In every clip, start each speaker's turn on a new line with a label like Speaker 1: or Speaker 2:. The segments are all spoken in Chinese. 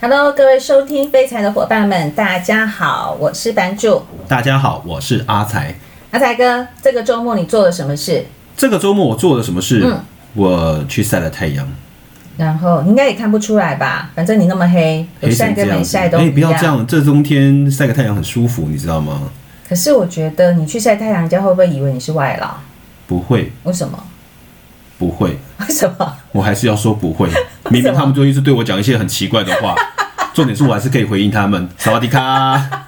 Speaker 1: Hello，各位收听飞财的伙伴们，大家好，我是版主
Speaker 2: 大家好，我是阿才。
Speaker 1: 阿才哥。这个周末你做了什么事？
Speaker 2: 这个周末我做了什么事？
Speaker 1: 嗯
Speaker 2: 我去晒了太阳，
Speaker 1: 然后你应该也看不出来吧，反正你那么黑，有晒
Speaker 2: 成这
Speaker 1: 跟
Speaker 2: 样
Speaker 1: 没
Speaker 2: 子。
Speaker 1: 晒都一
Speaker 2: 哎
Speaker 1: 样。
Speaker 2: 不要这样，这冬天晒个太阳很舒服，你知道吗？
Speaker 1: 可是我觉得你去晒太阳，人家会不会以为你是外劳？
Speaker 2: 不会，
Speaker 1: 为什么？
Speaker 2: 不会，
Speaker 1: 为什么？
Speaker 2: 我还是要说不会。明明他们就一直对我讲一些很奇怪的话，重点是我还是可以回应他们。萨瓦迪卡，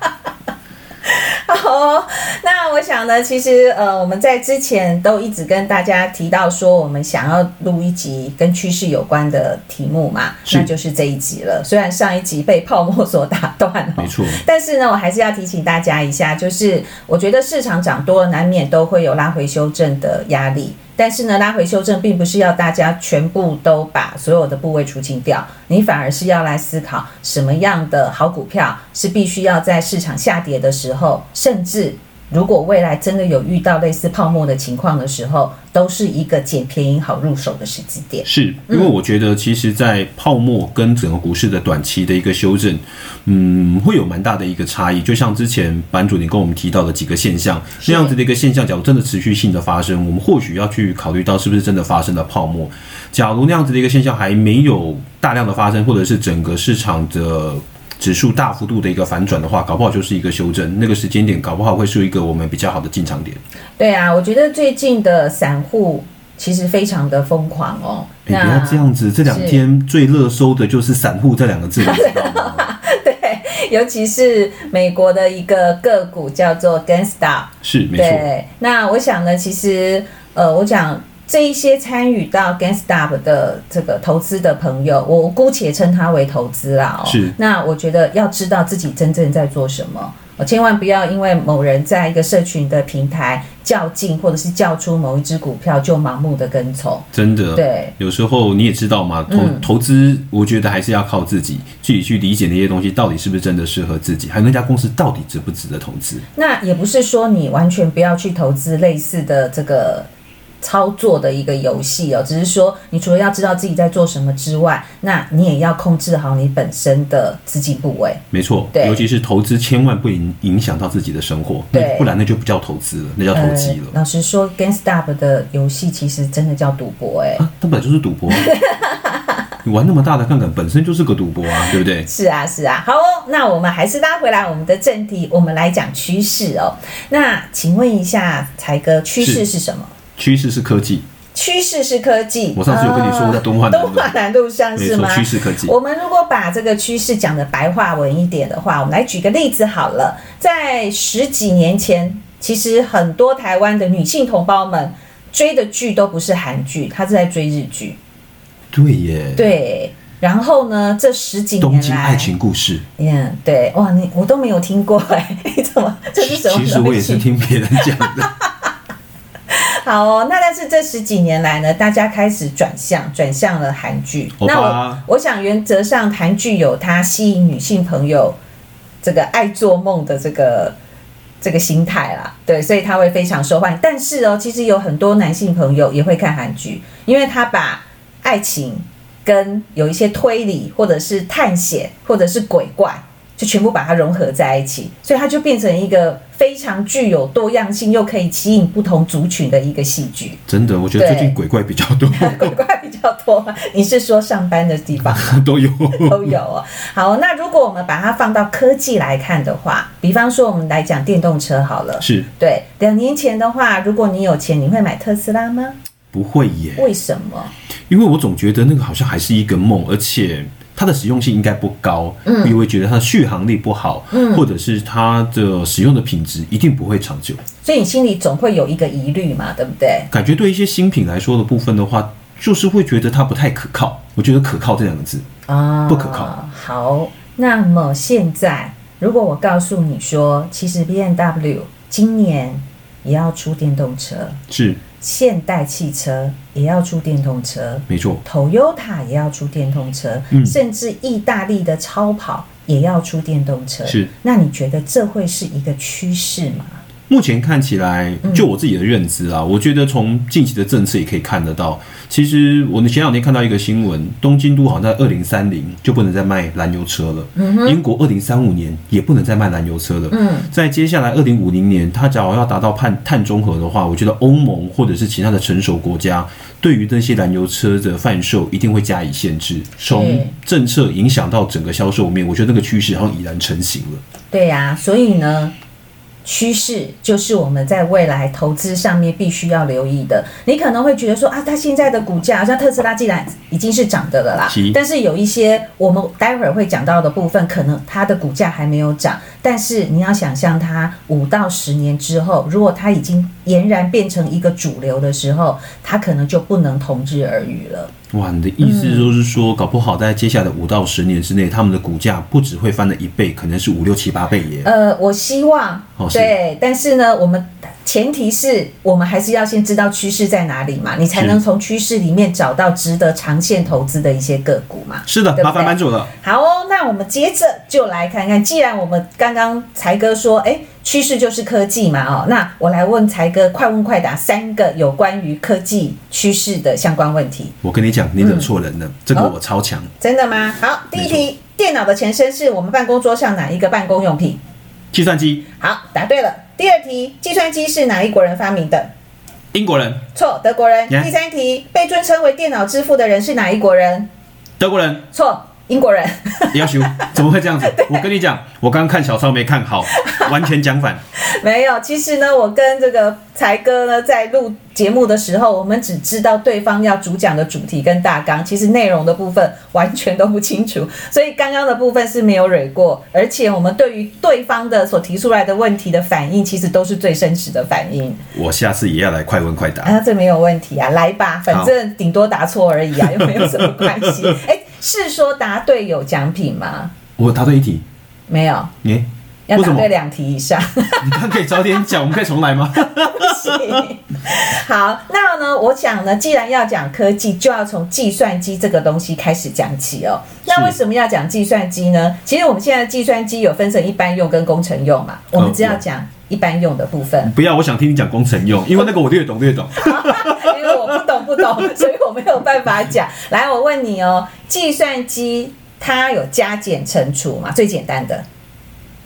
Speaker 1: 哦，那我想呢，其实呃，我们在之前都一直跟大家提到说，我们想要录一集跟趋势有关的题目嘛，
Speaker 2: 是
Speaker 1: 那就是这一集了。虽然上一集被泡沫所打断了、
Speaker 2: 没错，
Speaker 1: 但是呢，我还是要提醒大家一下，就是我觉得市场涨多了，难免都会有拉回修正的压力。但是呢，拉回修正并不是要大家全部都把所有的部位除清掉，你反而是要来思考什么样的好股票是必须要在市场下跌的时候，甚至如果未来真的有遇到类似泡沫的情况的时候，都是一个捡便宜好入手的时机点。
Speaker 2: 是因为
Speaker 1: 嗯
Speaker 2: 我觉得，其实，在泡沫跟整个股市的短期的一个修正，嗯，会有蛮大的一个差异。就像之前版主你跟我们提到的几个现象，
Speaker 1: 是
Speaker 2: 那样子的一个现象，假如真的持续性的发生，我们或许要去考虑到是不是真的发生了泡沫。假如那样子的一个现象还没有大量的发生，或者是整个市场的。指数大幅度的一个反转的话，搞不好就是一个修正，那个时间点搞不好会是一个我们比较好的进场点。
Speaker 1: 对啊，我觉得最近的散户其实非常的疯狂哦。
Speaker 2: 你哎不要这样子，这两
Speaker 1: 是
Speaker 2: 天最热搜的就是“散户”这两个字，你知道吗？
Speaker 1: 对， 尤其是美国的一个个股叫做 GameStop，
Speaker 2: 是没错，
Speaker 1: 对，那我想呢，其实呃，我讲这一些参与到 GameStop 的这个投资的朋友，我姑且称它为投资啦、哦。
Speaker 2: 是
Speaker 1: 那我觉得要知道自己真正在做什么。呃千万不要因为某人在一个社群的平台较劲，或者是叫出某一只股票就盲目的跟从。
Speaker 2: 真的。
Speaker 1: 对，嗯
Speaker 2: 有时候你也知道嘛，投、投资，我觉得还是要靠自己，自己去理解那些东西到底是不是真的适合自己，还有那家公司到底值不值得投资。
Speaker 1: 那也不是说你完全不要去投资类似的这个操作的一个游戏哦，只是说你除了要知道自己在做什么之外，那你也要控制好你本身的资金部位。
Speaker 2: 没错，
Speaker 1: 对
Speaker 2: 尤其是投资，千万不影影响到自己的生活，
Speaker 1: 对
Speaker 2: 那不然那就不叫投资了，那叫投机了
Speaker 1: 呃。。老实说，GameStop 的游戏其实真的叫赌博哎、
Speaker 2: 啊，那本来就是 赌博啊、你玩那么大的杠杆，本身就是个赌博啊，对不对？
Speaker 1: 是啊，是啊，好哦。那我们还是拉回来我们的正题，我们来讲趋势哦。那请问一下，才哥，趋势
Speaker 2: 是
Speaker 1: 是什么？
Speaker 2: 趋势是科技，
Speaker 1: 趋势是科技。
Speaker 2: 我上次有跟你说
Speaker 1: 啊
Speaker 2: 在敦化南路
Speaker 1: 敦化南路上
Speaker 2: 没
Speaker 1: 啊是
Speaker 2: 错
Speaker 1: 吗，？
Speaker 2: 趋势科技。
Speaker 1: 我们如果把这个趋势讲的白话文一点的话，我们来举个例子好了。在十几年前，其实很多台湾的女性同胞们追的剧都不是韩剧，她是在追日剧。
Speaker 2: 对耶，
Speaker 1: 对，然后呢，这十几
Speaker 2: 嗯东
Speaker 1: 年
Speaker 2: 京
Speaker 1: 来
Speaker 2: 爱，情故事。
Speaker 1: 嗯，对，哇，你我都没有听过哎、 你怎么这是什么东
Speaker 2: 其
Speaker 1: 西？
Speaker 2: 实我也是听别人讲的。
Speaker 1: 好哦，那但是这十几年来呢，大家开始转向，转向了韩剧。
Speaker 2: 欧巴
Speaker 1: 那我我想原则上韩剧有它吸引女性朋友这个爱做梦的这个这个心态啦，对，所以它会非常受欢迎。但是哦，其实有很多男性朋友也会看韩剧，因为他把爱情跟有一些推理或者是探险或者是鬼怪。就全部把它融合在一起，所以它就变成一个非常具有多样性又可以吸引不同族群的一个戏剧。
Speaker 2: 真的，我觉得
Speaker 1: 对
Speaker 2: 最近鬼怪比较 多，
Speaker 1: 鬼怪比较多吗？你是说上班的地方
Speaker 2: 都有。
Speaker 1: 都有哦？好，那如果我们把它放到科技来看的话，比方说我们来讲电动车好了。
Speaker 2: 是
Speaker 1: 对，两年前的话，如果你有钱，你会买特斯拉吗？
Speaker 2: 不会耶，
Speaker 1: 为什么？
Speaker 2: 因为我总觉得那个好像还是一个梦，而且它的实用性应该不高，嗯，因为觉得它的续航力不好，嗯，或者是它的使用的品质一定不会长久。
Speaker 1: 所以你心里总会有一个疑虑嘛，对不对？
Speaker 2: 感觉对一些新品来说的部分的话，就是会觉得它不太可靠。我觉得“可靠”这两个字，
Speaker 1: 啊，
Speaker 2: 不可靠。
Speaker 1: 好，那么现在如果我告诉你说，其实 B N W 今年也要出电动车，
Speaker 2: 是
Speaker 1: 现代汽车也要出电动车，
Speaker 2: 没错，
Speaker 1: Toyota 也要出电动车，
Speaker 2: 嗯
Speaker 1: 甚至意大利的超跑也要出电动车。
Speaker 2: 是，
Speaker 1: 那你觉得这会是一个趋势吗？
Speaker 2: 目前看起来，就我自己的认知啊，我觉得从近期的政策也可以看得到。其实我前两天看到一个新闻，东京都好像在二零三零就不能再卖燃油车了，英国二零三五年也不能再卖燃油车了。
Speaker 1: 嗯，
Speaker 2: 在接下来二零五零年，它假如要达到碳碳中和的话，我觉得欧盟或者是其他的成熟国家对于那些燃油车的贩售一定会加以限制，从政策影响到整个销售面，我觉得那个趋势好像已然成型了。
Speaker 1: 对呀、所以呢，趋势就是我们在未来投资上面必须要留意的。你可能会觉得说啊，它现在的股价，像特斯拉，既然已经是涨的了啦
Speaker 2: 是，
Speaker 1: 但是有一些我们待会儿会讲到的部分，可能它的股价还没有涨，但是你要想象它五到十年之后，如果它已经俨然变成一个主流的时候，它可能就不能同日而语了。
Speaker 2: 哇，你的意思就是说，搞不好在接下来的五到十年之内，他们的股价不只会翻了一倍，可能是五六七八倍耶。
Speaker 1: 呃，我希望、
Speaker 2: 哦是
Speaker 1: 对，但是呢，我们前提是我们还是要先知道趋势在哪里嘛，你才
Speaker 2: 是
Speaker 1: 能从趋势里面找到值得长线投资的一些个股嘛。
Speaker 2: 是的
Speaker 1: 对，不对
Speaker 2: 麻烦班主了。
Speaker 1: 好哦，那我们接着就来看看，既然我们刚刚才哥说，哎，趋势就是科技嘛，哦，那我来问才哥，快问快答三个有关于科技趋势的相关问题，
Speaker 2: 我跟你讲，你惹错人了，这个我超强。
Speaker 1: 真的吗？好，第一题，电脑的前身是我们办公桌上哪一个办公用品？
Speaker 2: 计算机，
Speaker 1: 好，答对了。第二题，计算机是哪一国人发明的？
Speaker 2: 英国人、
Speaker 1: 错，德国人。
Speaker 2: Yeah
Speaker 1: 第三题，被尊称为电脑之父的人是哪一国人？
Speaker 2: 德国人
Speaker 1: 错，英国人。
Speaker 2: 要修，怎么会这样子？我跟你讲，我刚刚看小抄没看好，完全讲反。
Speaker 1: 没有，其实呢，我跟这个才哥呢在录节目的时候，我们只知道对方要主讲的主题跟大纲，其实内容的部分完全都不清楚，所以刚刚的部分是没有蕊过，而且我们对于对方的所提出来的问题的反应，其实都是最真实的反应。
Speaker 2: 我下次也要来快问快答。
Speaker 1: 啊，这没有问题啊，来吧，反正顶多答错而 已啊，又没有什么关系。哎，是说答对有奖品吗？
Speaker 2: 我答对一题，
Speaker 1: 没有，
Speaker 2: 你、
Speaker 1: 要
Speaker 2: 为
Speaker 1: 答
Speaker 2: 什么
Speaker 1: 对两题以上。
Speaker 2: 你刚可以早点讲，我们可以重来吗？
Speaker 1: 好，那呢，我想呢，既然要讲科技，就要从计算机这个东西开始讲起哦。那为什么要讲计算机呢？其实我们现在计算机有分成一般用跟工程用嘛，
Speaker 2: 哦
Speaker 1: 我们只要讲一般用的部分，
Speaker 2: 不要，我想听你讲工程用，因为那个我略懂略懂。
Speaker 1: 因为我不懂不懂，所以我没有办法讲。来，我问你哦，计算机它有加减乘除嘛？最简单的，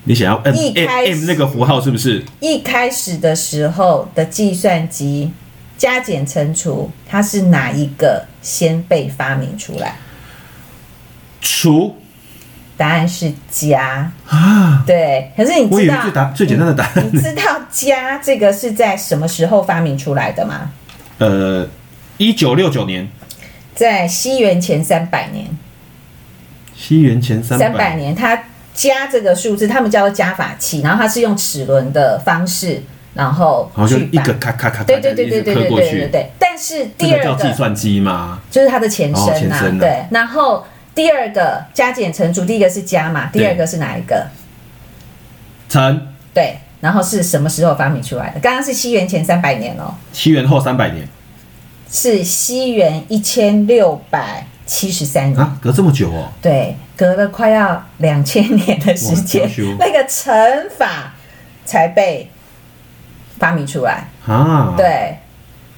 Speaker 2: 你想要 M
Speaker 1: 一
Speaker 2: M
Speaker 1: 开始
Speaker 2: M 那个符号是不是？
Speaker 1: 一开始的时候的计算机加减乘除，它是哪一个先被发明出来？
Speaker 2: 除
Speaker 1: 答案是加，
Speaker 2: 啊，
Speaker 1: 对。可是你
Speaker 2: 我以
Speaker 1: 知
Speaker 2: 为
Speaker 1: 道
Speaker 2: 最答最简单的答案
Speaker 1: 你知道加这个是在什么时候发明出来的吗？
Speaker 2: 呃，一九六九年，
Speaker 1: 在西元前三百年，
Speaker 2: 西元前三
Speaker 1: 三百年，它加这个数字，他们叫做加法器，然后它是用齿轮的方式，然后
Speaker 2: 然后就
Speaker 1: 去
Speaker 2: 一
Speaker 1: 把
Speaker 2: 个咔咔咔咔，
Speaker 1: 对对对对对对
Speaker 2: 刻
Speaker 1: 对
Speaker 2: 过
Speaker 1: 对对
Speaker 2: 去，
Speaker 1: 对。但是
Speaker 2: 这
Speaker 1: 第
Speaker 2: 个
Speaker 1: 二
Speaker 2: 叫
Speaker 1: 个
Speaker 2: 计算机吗？
Speaker 1: 就是它的前
Speaker 2: 哦
Speaker 1: 身
Speaker 2: 前
Speaker 1: 呐、
Speaker 2: 身啊
Speaker 1: 对。然后第二个加减乘除，第一个是加嘛，第二
Speaker 2: 对
Speaker 1: 个是哪一个？
Speaker 2: 乘
Speaker 1: 对。然后是什么时候发明出来的？刚刚是西元前三百年哦，
Speaker 2: 西元后三百年
Speaker 1: 是西元一千六百七十三年。
Speaker 2: 啊，隔这么久哦，
Speaker 1: 对，隔了快要两千年的时间
Speaker 2: 哇要修，
Speaker 1: 那个乘法才被发明出来。
Speaker 2: 啊，，
Speaker 1: 对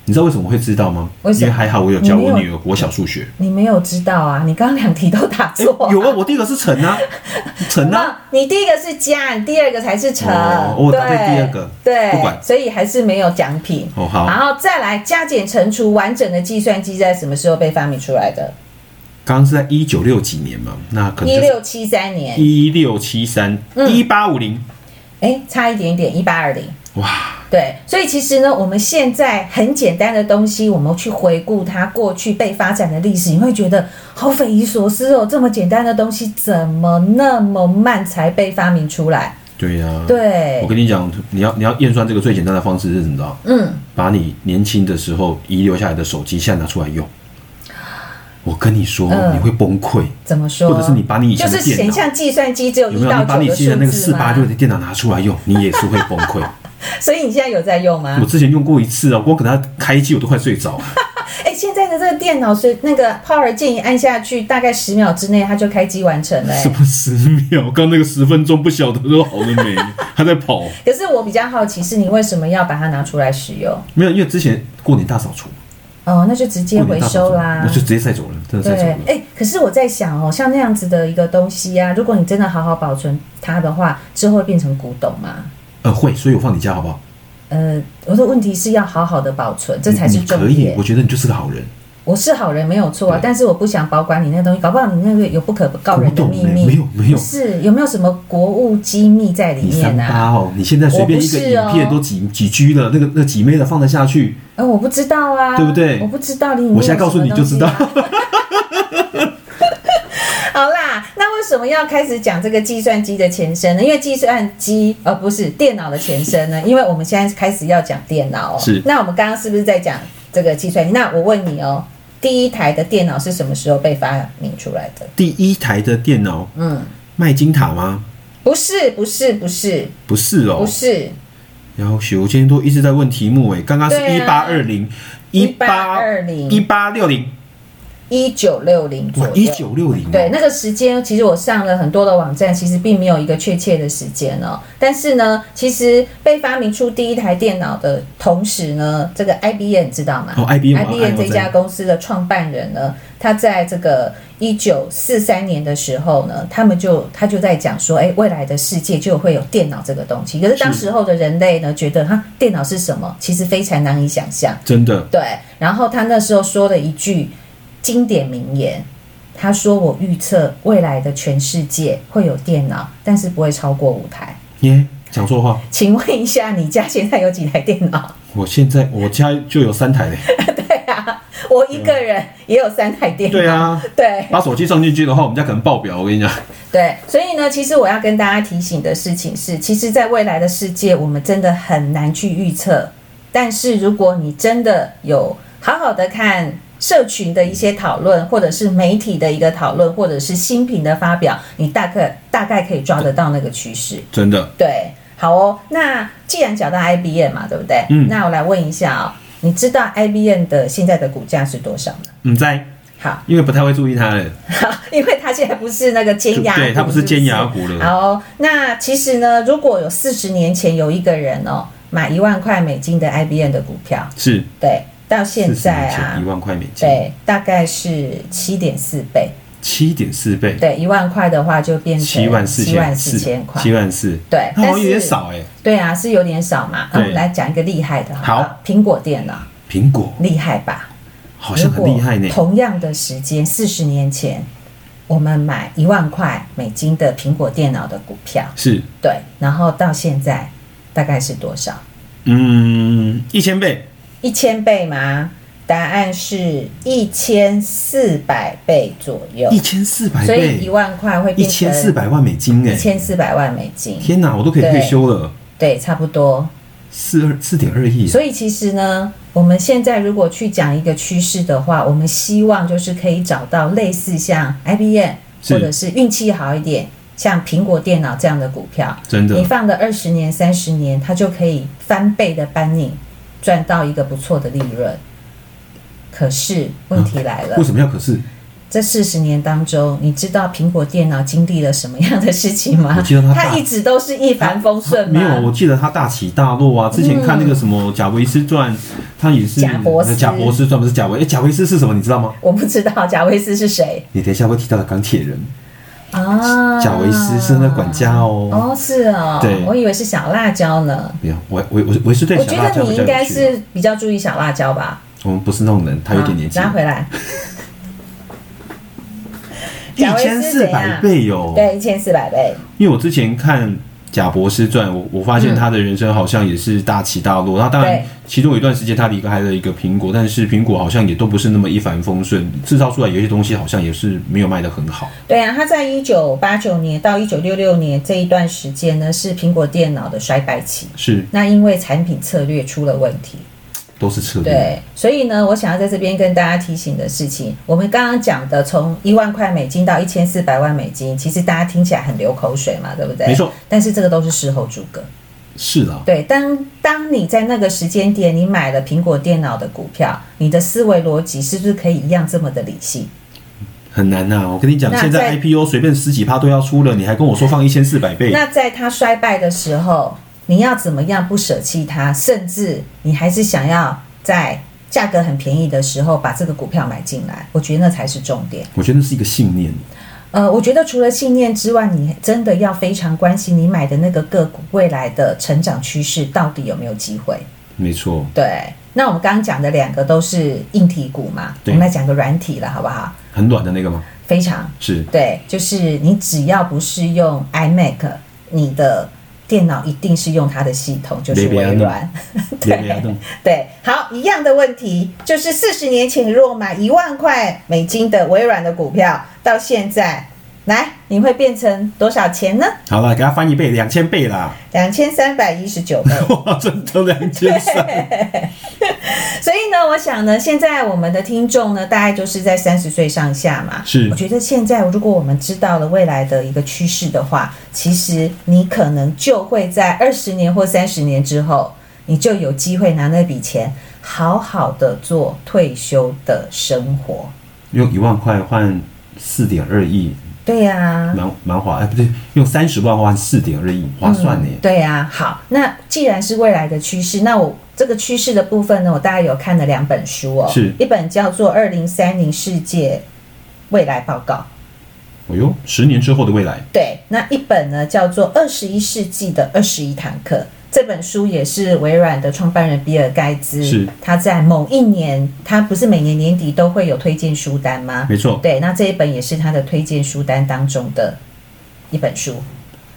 Speaker 2: 你知道为什么会知道吗？
Speaker 1: 为什么
Speaker 2: 因为还好我有教
Speaker 1: 你没有
Speaker 2: 我女儿国小数学。
Speaker 1: 你没有知道啊，你刚刚两题都答
Speaker 2: 哎
Speaker 1: 错、
Speaker 2: 有啊，我第一个是乘 啊，乘啊，
Speaker 1: 那你第一个是加，你第二个才是乘。
Speaker 2: 哦我答对第二个
Speaker 1: 对，
Speaker 2: 不管
Speaker 1: 所以还是没有奖品。
Speaker 2: 哦好
Speaker 1: 然后再来加减乘除，完整的计算机在什么时候被发明出来的？
Speaker 2: 刚刚是在一九六几年嘛，那可能
Speaker 1: 一
Speaker 2: 就是
Speaker 1: 六嗯七三年，
Speaker 2: 一六七三一八五零，
Speaker 1: 哎，差一点点，一八二零。
Speaker 2: 哇，
Speaker 1: 对，所以其实呢，我们现在很简单的东西，我们去回顾它过去被发展的历史，你会觉得好匪夷所思哦，这么简单的东西怎么那么慢才被发明出来？
Speaker 2: 对呀、
Speaker 1: 对
Speaker 2: 我，跟你讲，你要你要验算这个最简单的方式是什么？你知道
Speaker 1: 嗯，
Speaker 2: 把你年轻的时候遗留下来的手机现在拿出来用。我跟你说，
Speaker 1: 嗯
Speaker 2: 你会崩溃，
Speaker 1: 怎么说？啊
Speaker 2: 或者是你把你以前
Speaker 1: 就
Speaker 2: 的
Speaker 1: 是
Speaker 2: 电
Speaker 1: 很
Speaker 2: 脑，
Speaker 1: 像计算机只有
Speaker 2: 有
Speaker 1: 一
Speaker 2: 没有？
Speaker 1: 到
Speaker 2: 你把
Speaker 1: 九
Speaker 2: 你
Speaker 1: 的
Speaker 2: 现在那
Speaker 1: 数
Speaker 2: 个
Speaker 1: 字
Speaker 2: 四八六
Speaker 1: 吗？
Speaker 2: 的电脑拿出来用，你也是会崩 溃。
Speaker 1: 所以你现在有在用吗
Speaker 2: 我？之前用过一次啊，光给它开机我都快睡着。
Speaker 1: 哎、现在的这个电脑是那个 power 键一按下去，大概十秒之内它就开机完成了、
Speaker 2: 什
Speaker 1: 欸。
Speaker 2: 么十秒？刚那个十分钟不晓得都好了 没？还在跑？
Speaker 1: 可是我比较好奇，是你为什么要把它拿出来使用？
Speaker 2: 没有，因为之前过年大扫除，
Speaker 1: 哦，那就直接
Speaker 2: 过年
Speaker 1: 回
Speaker 2: 大扫
Speaker 1: 收
Speaker 2: 除，
Speaker 1: 啦
Speaker 2: 那。就直接晒走了，真的
Speaker 1: 对
Speaker 2: 晒走，了。
Speaker 1: 哎、可是我在想哦，像那样子的一个东西啊，如果你真的好好保存它的话，之后会变成古董吗？
Speaker 2: 呃，会，所以我放你家好不好？
Speaker 1: 呃，我的问题是要好好的保存，这才是
Speaker 2: 你可
Speaker 1: 重
Speaker 2: 以，
Speaker 1: 点
Speaker 2: 我。觉得你就是个好人。
Speaker 1: 我是好人没有错啊
Speaker 2: 对，
Speaker 1: 但是我不想保管你那个东西，搞不好你那个有不可告
Speaker 2: 古
Speaker 1: 人的
Speaker 2: 董
Speaker 1: 秘
Speaker 2: 欸
Speaker 1: 密。
Speaker 2: 没有没有
Speaker 1: 是有没有什么国务机密在里
Speaker 2: 你三
Speaker 1: 面啊？
Speaker 2: 八哦，你现在随便一个
Speaker 1: 我不是哦
Speaker 2: 影片都几几 G 了，那个那几妹的放得下去？
Speaker 1: 呃，我不知道啊，
Speaker 2: 对不对
Speaker 1: 我不知道你、
Speaker 2: 我现在告诉你就知道。
Speaker 1: 啊 好啦，那为什么要开始讲这个计算机的前身呢？因为计算机呃不是电脑的前身呢，因为我们现在开始要讲电脑哦。
Speaker 2: 是
Speaker 1: 那我们刚刚是不是在讲这个计算机？那我问你哦，第一台的电脑是什么时候被发明出来的？
Speaker 2: 第一台的电脑
Speaker 1: 嗯，
Speaker 2: 麦金塔吗？
Speaker 1: 不是，不是，不是，
Speaker 2: 不是哦
Speaker 1: 不，是。
Speaker 2: 然后我今天都一直在问题目诶，刚刚是
Speaker 1: 对
Speaker 2: 一八
Speaker 1: 啊
Speaker 2: 二零一八一
Speaker 1: 1820
Speaker 2: 八六零
Speaker 1: 一九六零左
Speaker 2: 哇
Speaker 1: 右，
Speaker 2: 一九六零哦
Speaker 1: 对，那个时间，其实我上了很多的网站，其实并没有一个确切的时间哦。但是呢，其实被发明出第一台电脑的同时呢，这个 IBM 知道吗？
Speaker 2: 哦，IBM 啊哎我
Speaker 1: 这
Speaker 2: 知道
Speaker 1: 家公司的创办人呢，他在这个一九四三年的时候呢，他们就他就在讲说，哎，未来的世界就会有电脑这个东西。可是当
Speaker 2: 是
Speaker 1: 时候的人类呢，觉得哈，电脑是什么？其实非常难以想象。
Speaker 2: 真的
Speaker 1: 对，然后他那时候说了一句经典名言，他说：“我预测未来的全世界会有电脑，但是不会超过五台。
Speaker 2: 耶，讲错话。”
Speaker 1: 请问一下，你家现在有几台电脑？
Speaker 2: 我现在我家就有 三台嘞，
Speaker 1: 对啊，我一个人也有三台电脑。
Speaker 2: 对啊，
Speaker 1: 对
Speaker 2: 把手机上进去的话，我们家可能爆表。我跟你讲，
Speaker 1: 对，所以呢，其实我要跟大家提醒的事情是，其实，在未来的世界，我们真的很难去预测。但是，如果你真的有好好的看社群的一些讨论，或者是媒体的一个讨论，或者是新品的发表，你大概大概可以抓得到那个趋势。
Speaker 2: 真的，
Speaker 1: 对，好哦。那既然讲到 IBM 啊嘛，对不对？
Speaker 2: 嗯
Speaker 1: 那我来问一下啊、你知道 IBM 的现在的股价是多少吗？
Speaker 2: 嗯，在，
Speaker 1: 好，
Speaker 2: 因为不太会注意它了。
Speaker 1: 因为它现在不是那个尖牙股，
Speaker 2: 对它不是尖牙股了
Speaker 1: 是不是好，那其实呢，如果有四十年前有一个人哦，买一万块美金的 IBM 的股票，
Speaker 2: 是
Speaker 1: 对，到现
Speaker 2: 四十
Speaker 1: 在
Speaker 2: 年前
Speaker 1: 啊
Speaker 2: 一，万块美金，
Speaker 1: 对，大概是七点四倍，
Speaker 2: 七点四倍，
Speaker 1: 对，一万块的话就变成
Speaker 2: 七万四
Speaker 1: 七万
Speaker 2: 千
Speaker 1: 四千块。
Speaker 2: 七万四，
Speaker 1: 对，
Speaker 2: 那
Speaker 1: 但
Speaker 2: 好像
Speaker 1: 是
Speaker 2: 有点少哎。
Speaker 1: 对啊，是有点少嘛。那我们
Speaker 2: 对
Speaker 1: 来讲一个厉害的，不
Speaker 2: 好，
Speaker 1: 苹果电脑
Speaker 2: 苹果
Speaker 1: 厉害吧？
Speaker 2: 好像哦很厉害呢
Speaker 1: 如果，同样的时间，四十年前，我们买一万块美金的苹果电脑的股票，
Speaker 2: 是，
Speaker 1: 对，然后到现在大概是多少？
Speaker 2: 嗯，一千倍，
Speaker 1: 一千倍吗？答案是一千四百倍左右，
Speaker 2: 一千四百
Speaker 1: 所以一
Speaker 2: 倍，
Speaker 1: 万块会
Speaker 2: 一
Speaker 1: 变成
Speaker 2: 千四百万美金
Speaker 1: 一
Speaker 2: 哎，
Speaker 1: 千四百万美金，
Speaker 2: 天哪，我都可以退休了，
Speaker 1: 对，差不多。
Speaker 2: 四二四点二亿，
Speaker 1: 所以其实呢，我们现在如果去讲一个趋势的话，我们希望就是可以找到类似像 IBM
Speaker 2: 是
Speaker 1: 或者是运气好一点，像苹果电脑这样的股票，
Speaker 2: 真
Speaker 1: 你
Speaker 2: 的
Speaker 1: 放了二十年、三十年，它就可以翻倍的帮你赚到一个不错的利润。可是问题来了，
Speaker 2: 为什么要可啊是？
Speaker 1: 这四十年当中，你知道苹果电脑经历了什么样的事情吗？
Speaker 2: 我记得它大
Speaker 1: 它一直都是一帆风顺吗？
Speaker 2: 没有，我记得他大起大落啊。之前看那个什么《贾维斯传》，他也是
Speaker 1: 嗯
Speaker 2: 呃
Speaker 1: 贾伯斯
Speaker 2: 贾伯斯传不是贾维？哎，贾维斯是什么？你知道吗？
Speaker 1: 我不知道贾维斯是谁。
Speaker 2: 你等一下会提到的钢铁人，
Speaker 1: 啊，
Speaker 2: 贾维斯是那管家哦
Speaker 1: 哦，是哦，
Speaker 2: 对
Speaker 1: 我以为是小辣椒呢。
Speaker 2: 没有，我我我我是对
Speaker 1: 我
Speaker 2: 小
Speaker 1: 觉
Speaker 2: 辣椒
Speaker 1: 得你
Speaker 2: 比较
Speaker 1: 应
Speaker 2: 有
Speaker 1: 该
Speaker 2: 趣。
Speaker 1: 是比较注意小辣椒吧，
Speaker 2: 我们不是那种人，他有点年纪
Speaker 1: 好，拉啊回来，
Speaker 2: 一
Speaker 1: 贾维
Speaker 2: 千
Speaker 1: 斯
Speaker 2: 四
Speaker 1: 怎
Speaker 2: 百
Speaker 1: 样
Speaker 2: 倍哦。
Speaker 1: 对，一千四百倍，
Speaker 2: 因为我之前看《贾伯斯传》，我我发现他的人生好像也是大起大落。他当然
Speaker 1: 对
Speaker 2: 其中有一段时间他离开了一个苹果，但是苹果好像也都不是那么一帆风顺，制造出来有些东西好像也是没有卖得很好。
Speaker 1: 对啊，他在一九八九年到一九六六年这一段时间呢，是苹果电脑的衰败期。
Speaker 2: 是，
Speaker 1: 那因为产品策略出了问题，
Speaker 2: 都是策略。
Speaker 1: 对，所以呢，我想要在这边跟大家提醒的事情，我们刚刚讲的从一万块美金到一千四百万美金，其实大家听起来很流口水嘛，对不对？
Speaker 2: 没错。
Speaker 1: 但是这个都是事后诸葛。
Speaker 2: 是啦，
Speaker 1: 对，当当你在那个时间点，你买了苹果电脑的股票，你的思维逻辑是不是可以一样这么的理性？
Speaker 2: 很难呐、我跟你讲，
Speaker 1: 那
Speaker 2: 现在
Speaker 1: 在
Speaker 2: IPO 随便十几趴都要出了，你还跟我说放一千四百倍，
Speaker 1: 那在它衰败的时候，你要怎么样不舍弃它？甚至你还是想要在价格很便宜的时候把这个股票买进来，我觉得那才是重点。
Speaker 2: 我觉得那是一个信念。
Speaker 1: 呃，我觉得除了信念之外，你真的要非常关心你买的那个个股未来的成长趋势到底有没有机会。
Speaker 2: 没错，
Speaker 1: 对，那我们刚刚讲的两个都是硬体股嘛，我
Speaker 2: 对
Speaker 1: 们来讲个软体了，好不好？
Speaker 2: 很短的那个吗？
Speaker 1: 非常
Speaker 2: 是
Speaker 1: 对，就是你只要不是用 iMac，你的电脑一定是用它的系统，就是微软。
Speaker 2: 雷比亚洞，
Speaker 1: 对，好，一样的问题，就是四十年前你如果买一万块美金的微软的股票，到现在来，你会变成多少钱呢？
Speaker 2: 好了，给它翻一倍，两千倍啦！
Speaker 1: 两千三百一十九倍。
Speaker 2: 哇，真的两千三，
Speaker 1: 所以呢，我想呢，现在我们的听众呢，大概就是在三十岁上下嘛。
Speaker 2: 是
Speaker 1: 我觉得现在如果我们知道了未来的一个趋势的话，其实你可能就会在二十年或三十年之后，你就有机会拿那笔钱，好好的做退休的生活。
Speaker 2: 用一万块换四点二亿，
Speaker 1: 对呀、
Speaker 2: 蛮蛮划，哎，不对，用三十万换四点二亿，划算呢。
Speaker 1: 嗯对呀、好，那既然是未来的趋势，那我这个趋势的部分呢，我大概有看了两本书哦，
Speaker 2: 是
Speaker 1: 一本叫做《二零三零世界未来报告》，
Speaker 2: 哎呦，十年之后的未来，
Speaker 1: 对，那一本呢叫做《二十一世纪的二十一堂课》。这本书也是微软的创办人比尔盖茨，
Speaker 2: 是
Speaker 1: 他在某一年，他不是每年年底都会有推荐书单吗？
Speaker 2: 没错。
Speaker 1: 对，那这一本也是他的推荐书单当中的一本书。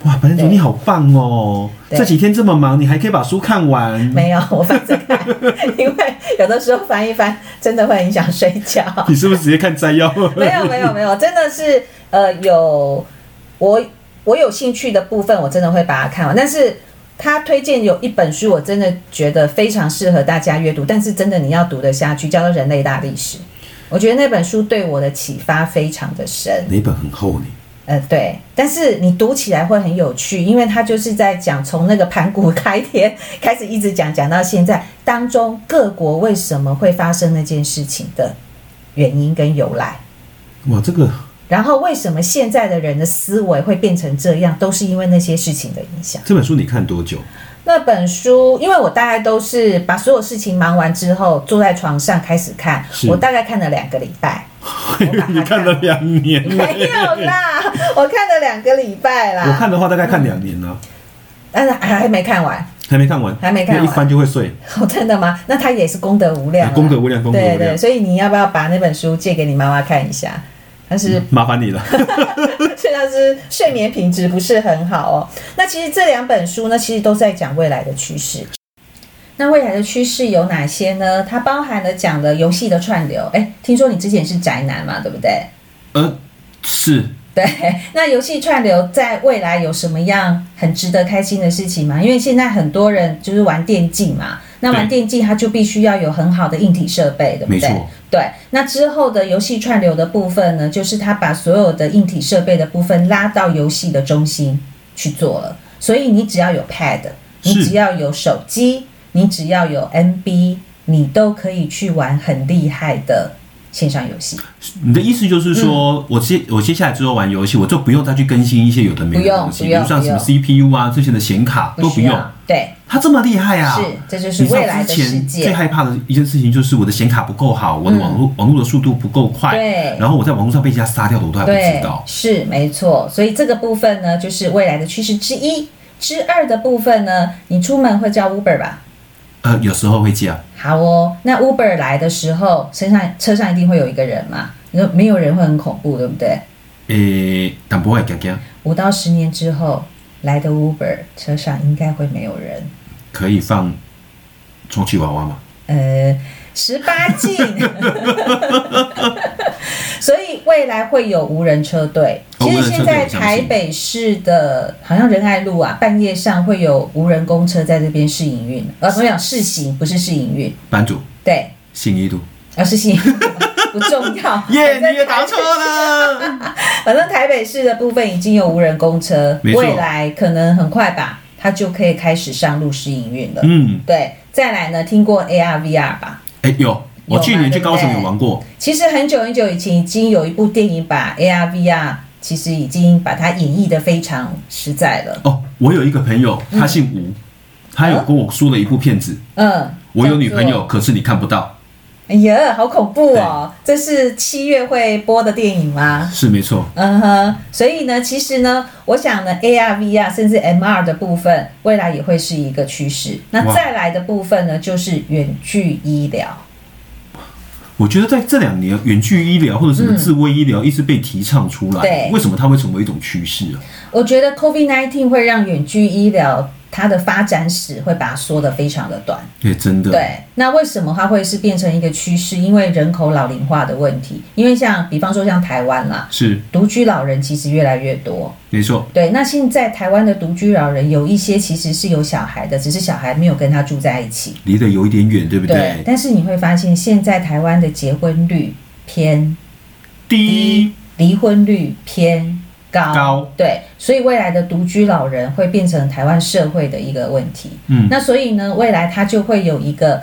Speaker 2: 哇，白人总
Speaker 1: 对
Speaker 2: 你好棒哦！
Speaker 1: 对
Speaker 2: 这几天这么忙，你还可以把书看完。
Speaker 1: 没有，我翻着看，因为有的时候翻一翻真的会很想睡觉。
Speaker 2: 你是不是直接看摘要？
Speaker 1: 没有，没有，没有，真的是呃，有我我有兴趣的部分，我真的会把它看完。但是他推荐有一本书，我真的觉得非常适合大家阅读，但是真的你要读得下去，叫做《人类大历史》。我觉得那本书对我的启发非常的深，
Speaker 2: 哪一本很厚呢？
Speaker 1: 呃，对，但是你读起来会很有趣，因为它就是在讲从那个盘古开天开始一直讲讲到现在，当中各国为什么会发生那件事情的原因跟由来。
Speaker 2: 哇，这个
Speaker 1: 然后为什么现在的人的思维会变成这样，都是因为那些事情的影响。
Speaker 2: 这本书你看多久？
Speaker 1: 那本书，因为我大概都是把所有事情忙完之后，坐在床上开始看
Speaker 2: 是，
Speaker 1: 我大概看了两个礼 拜。我把它
Speaker 2: 你看了两年呢
Speaker 1: 没有啦，我看了两个礼拜
Speaker 2: 我
Speaker 1: 啦，
Speaker 2: 看的话大概看两年了，
Speaker 1: 但是还还没看完。
Speaker 2: 还没看完，
Speaker 1: 还没看
Speaker 2: 因
Speaker 1: 完
Speaker 2: 为一翻就会碎。
Speaker 1: 哦，真的吗？那它也是功德无量啊、
Speaker 2: 功德无量功德无量
Speaker 1: 对对，所以你要不要把那本书借给你妈妈看一下？但是
Speaker 2: 嗯麻烦 你了，
Speaker 1: 虽然是睡眠品质不是很好哦。那其实这两本书呢，其实都在讲未来的趋势。那未来的趋势有哪些呢？它包含了讲了游戏的串流。哎，听说你之前是宅男嘛，对不对？
Speaker 2: 呃，是
Speaker 1: 对，那游戏串流在未来有什么样很值得开心的事情吗？因为现在很多人就是玩电竞嘛，那玩电竞它就必须要有很好的硬体设备，对不
Speaker 2: 没
Speaker 1: 对？
Speaker 2: 错，
Speaker 1: 对，那之后的游戏串流的部分呢，就是它把所有的硬体设备的部分拉到游戏的中心去做了。所以你只要有 Pad，你
Speaker 2: 是
Speaker 1: 只要有手机，你只要有 NB，你都可以去玩很厉害的线上游戏。
Speaker 2: 你的意思就是说，我接我接下来之后玩游戏，我就不用再去更新一些有的没
Speaker 1: 不
Speaker 2: 的
Speaker 1: 用
Speaker 2: 东西，
Speaker 1: 不
Speaker 2: 比
Speaker 1: 用
Speaker 2: 如像什么
Speaker 1: 不
Speaker 2: CPU 啊这些的显卡都不
Speaker 1: 需
Speaker 2: 用
Speaker 1: 要。，对，
Speaker 2: 它这么厉害啊！
Speaker 1: 是，这就是
Speaker 2: 你知道
Speaker 1: 未来的
Speaker 2: 之前
Speaker 1: 世界
Speaker 2: 最。害怕的一件事情就是我的显卡不够好，我的网络、网络的速度不够快，
Speaker 1: 对
Speaker 2: 然后我在网络上被人家杀掉的，我都还不
Speaker 1: 对
Speaker 2: 知道，。
Speaker 1: 是没错。所以这个部分呢，就是未来的趋势之一。之二的部分呢，你出门会叫 Uber 吧？
Speaker 2: 呃，有时候会这样，
Speaker 1: 好哦，那 Uber 来的时候，身上车上一定会有一个人嘛？你说没有人会很恐怖，对不对？
Speaker 2: 诶、但不会讲讲，
Speaker 1: 五到十年之后来的 Uber 车上应该会没有人。
Speaker 2: 可以放充气娃娃吗？
Speaker 1: 呃，十八禁， 所以未来会有无人车队。
Speaker 2: 哦
Speaker 1: 其
Speaker 2: 无人
Speaker 1: 实
Speaker 2: 车队
Speaker 1: 现在
Speaker 2: 我相信
Speaker 1: 台北市的，好像仁爱路啊，半夜上会有无人公车在这边试营运，呃，我想试行，不是试营运，
Speaker 2: 班主，
Speaker 1: 对，
Speaker 2: 信义度，
Speaker 1: 而是试营运 不重要。
Speaker 2: 耶、
Speaker 1: 反正
Speaker 2: 你也答
Speaker 1: 台
Speaker 2: 错了，
Speaker 1: 反正台北市的部分已经有无人公车，
Speaker 2: 没错
Speaker 1: 未来可能很快吧，他就可以开始上路试营运了。
Speaker 2: 嗯，
Speaker 1: 对，再来呢，听过 AR、VR 吧？
Speaker 2: 哎、有，我
Speaker 1: 有
Speaker 2: 去
Speaker 1: 吗
Speaker 2: 年去
Speaker 1: 对不
Speaker 2: 高雄
Speaker 1: 对
Speaker 2: 有玩过，
Speaker 1: 其实很久很久以前，已经有一部电影把 AR、VR 其实已经把它演绎的非常实在了。
Speaker 2: 哦，我有一个朋友，他姓吴，他有跟我说了一部片子，
Speaker 1: 嗯，
Speaker 2: 我有
Speaker 1: 叫
Speaker 2: 女朋
Speaker 1: 做
Speaker 2: 友，可是你看不到，
Speaker 1: 哎呀，好恐怖哦！这是七月会播的电影吗？
Speaker 2: 是没错。
Speaker 1: 嗯哼，所以呢，其实呢，我想呢，AR、VR 甚至 MR 的部分，未来也会是一个趋势。那
Speaker 2: 哇
Speaker 1: 再来的部分呢，就是远距医疗。
Speaker 2: 我觉得在这两年，远距医疗或者什么自卫医疗一直被提倡出
Speaker 1: 嗯
Speaker 2: 来，
Speaker 1: 对
Speaker 2: 为什么它会成为一种趋势啊？
Speaker 1: 我觉得 COVID-19 会让远距医疗它的发展史会把它缩得非常的短。
Speaker 2: 也真的，
Speaker 1: 对，那为什么它会是变成一个趋势？因为人口老龄化的问题。因为像比方说像台湾啦，
Speaker 2: 是
Speaker 1: 独居老人其实越来越多。
Speaker 2: 没错，
Speaker 1: 对，那现在台湾的独居老人有一些其实是有小孩的，只是小孩没有跟他住在一起。
Speaker 2: 离得有一点远，对不对？
Speaker 1: 但是你会发现，现在台湾的结婚率偏
Speaker 2: 第一，
Speaker 1: 离婚率偏高。
Speaker 2: 高
Speaker 1: 对，所以未来的独居老人会变成台湾社会的一个问题。
Speaker 2: 嗯，
Speaker 1: 那所以呢，未来它就会有一个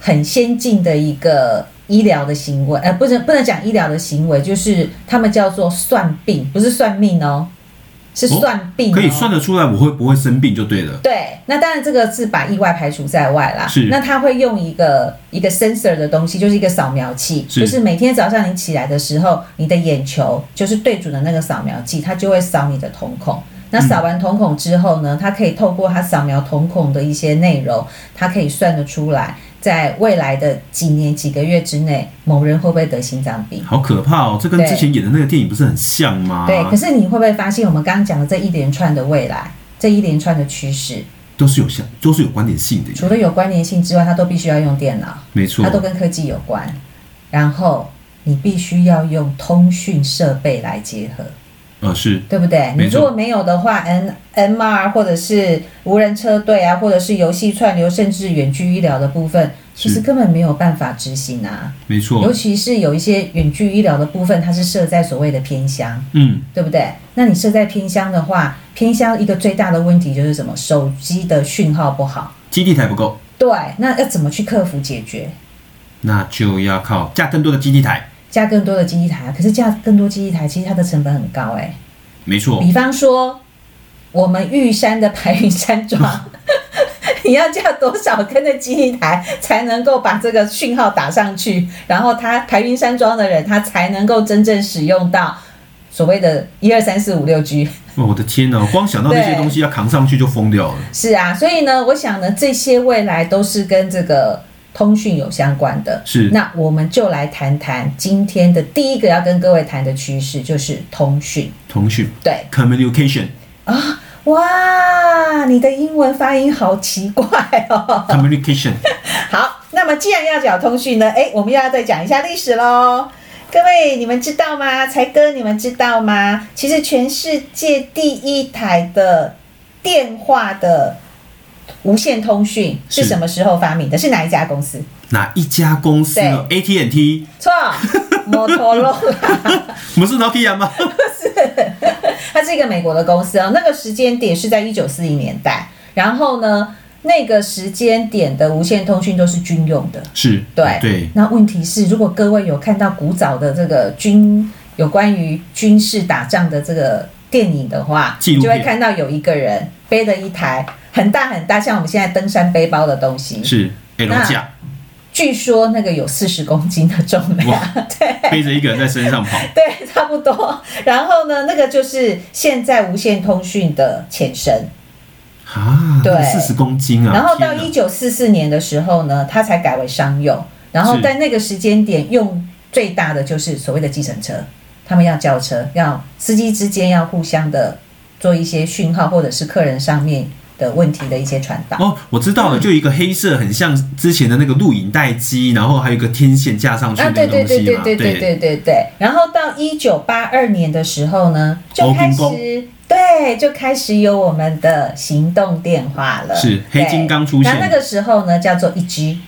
Speaker 1: 很先进的一个医疗的行为，呃，不能不能讲医疗的行为，就是他们叫做算病，不是算命哦，是
Speaker 2: 哦
Speaker 1: 算病、哦
Speaker 2: 可以算得出来我会不会生病就对了。
Speaker 1: 对，那当然这个是把意外排除在外啦。
Speaker 2: 是
Speaker 1: 那他会用一个一个 sensor 的东西，就是一个扫描器，
Speaker 2: 是
Speaker 1: 就是每天早上你起来的时候，你的眼球就是对准的那个扫描器，它就会扫你的瞳孔。那
Speaker 2: 嗯
Speaker 1: 扫完瞳孔之后呢，它可以透过它扫描瞳孔的一些内容，它可以算得出来，在未来的几年几个月之内，某人会不会得心脏病。
Speaker 2: 好可怕哦！这跟
Speaker 1: 对
Speaker 2: 之前演的那个电影不是很像吗？
Speaker 1: 对，可是你会不会发现，我们刚刚讲的这一连串的未来，这一连串的趋势，
Speaker 2: 都是有像，都是有关联性的耶。
Speaker 1: 除了有关联性之外，它都必须要用电脑。
Speaker 2: 没错
Speaker 1: 它，都跟科技有关。然后你必须要用通讯设备来结合，
Speaker 2: 呃，是
Speaker 1: 对不对？你
Speaker 2: 没错
Speaker 1: 如果没有的话，N M R 或者是无人车队啊，或者是游戏串流，甚至远距医疗的部分，其实
Speaker 2: 是
Speaker 1: 根本没有办法执行啊。
Speaker 2: 没
Speaker 1: 尤
Speaker 2: 错，
Speaker 1: 其是有一些远距医疗的部分，它是设在所谓的偏乡，
Speaker 2: 嗯，
Speaker 1: 对不对？那你设在偏乡的话，偏乡一个最大的问题就是什么？手机的讯号不好。
Speaker 2: 基地台不够，
Speaker 1: 对，那要怎么去克服解决？
Speaker 2: 那就要靠架更多的基地台。
Speaker 1: 加更多的基地台，啊可是加更多基地台，其实它的成本很高哎、
Speaker 2: 没错，
Speaker 1: 比方说，我们玉山的白云山庄， 你要架多少根的基地台才能够把这个讯号打上去，然后它白云山庄的人他才能够真正使用到所谓的一二三四五六 G。
Speaker 2: 哦我的天哪！我光想到那些
Speaker 1: 对
Speaker 2: 东西要扛上去就疯掉了。
Speaker 1: 是啊，所以呢，我想呢，这些未来都是跟这个通讯有相关的。
Speaker 2: 是
Speaker 1: 那我们就来谈谈今天的第一个要跟各位谈的趋势，就是通讯。
Speaker 2: 通讯
Speaker 1: 对，啊
Speaker 2: communication
Speaker 1: 哇，你的英文发音好奇怪哦。
Speaker 2: communication
Speaker 1: 好，那么既然要讲通讯呢，诶，我们又要再讲一下历史喽。各位，你们知道吗？才哥，你们知道吗？其实全世界第一台的电话的无线通讯是
Speaker 2: 是
Speaker 1: 什么时候发明的？是哪一家公司？
Speaker 2: 哪一家公司呢？AT&T
Speaker 1: 错，摩托罗拉。
Speaker 2: 不是 Nokia 吗？
Speaker 1: 它是一个美国的公司哦。那个时间点是在一九四零年代，然后呢，那个时间点的无线通讯都是军用的。
Speaker 2: 是，
Speaker 1: 对
Speaker 2: 对，
Speaker 1: 那问题是，如果各位有看到古早的这个军有关于军事打仗的这个电影的话，
Speaker 2: 纪录
Speaker 1: 就
Speaker 2: 片
Speaker 1: 会看到有一个人背着一台很大很大，像我们现在登山背包的东西，
Speaker 2: 是哎 L
Speaker 1: 那
Speaker 2: 架
Speaker 1: 据说那个有四十公斤的重量
Speaker 2: 哇，
Speaker 1: 对。
Speaker 2: 背着一个人在身 上跑，
Speaker 1: 对，差不多。然后呢，那个就是现在无线通讯的前身。
Speaker 2: 啊，
Speaker 1: 对
Speaker 2: 四十公斤啊！
Speaker 1: 然后到
Speaker 2: 天哪
Speaker 1: 一九四四年的时候呢，它才改为商用。然后
Speaker 2: 是
Speaker 1: 在那个时间点，用最大的就是所谓的计程车，他们要叫车，要司机之间要互相的做一些讯号，或者是客人上面的问题的一些传导。
Speaker 2: 哦，我知道
Speaker 1: 嗯
Speaker 2: 了，就一个黑色，很像之前的那个录影带机，然后还有一个天线架上去
Speaker 1: 啊，
Speaker 2: 的
Speaker 1: 对
Speaker 2: 那
Speaker 1: 对
Speaker 2: 个东
Speaker 1: 对
Speaker 2: 西
Speaker 1: 对
Speaker 2: 嘛，
Speaker 1: 对对对对对。然后到一九八二年的时候呢，就
Speaker 2: 欧
Speaker 1: 开
Speaker 2: 平公
Speaker 1: 始对，就开始有我们的行动电话了，
Speaker 2: 是黑金刚出
Speaker 1: 那
Speaker 2: 现
Speaker 1: 那个时候呢，叫做一 G。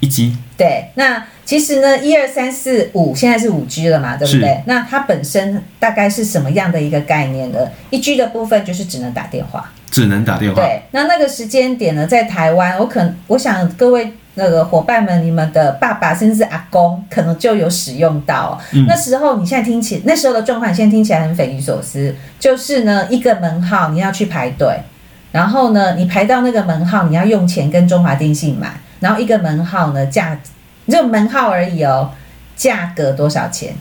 Speaker 2: 一机
Speaker 1: 对，那其实呢，一二三四五现在是五 G 了嘛，对不对
Speaker 2: 是？
Speaker 1: 那它本身大概是什么样的一个概念呢？一 G 的部分就是只能打电话，
Speaker 2: 只能打电话。
Speaker 1: 对，那那个时间点呢，在台湾，我可我想各位那个伙伴们，你们的爸爸甚至阿公可能就有使用到。那时候你现在听起那时候的状况，你现在听起来很匪夷所思。就是呢，一个门号你要去排队，然后呢，你排到那个门号，你要用钱跟中华电信买，然后一个门号呢价，就门号而已哦，价格多少钱？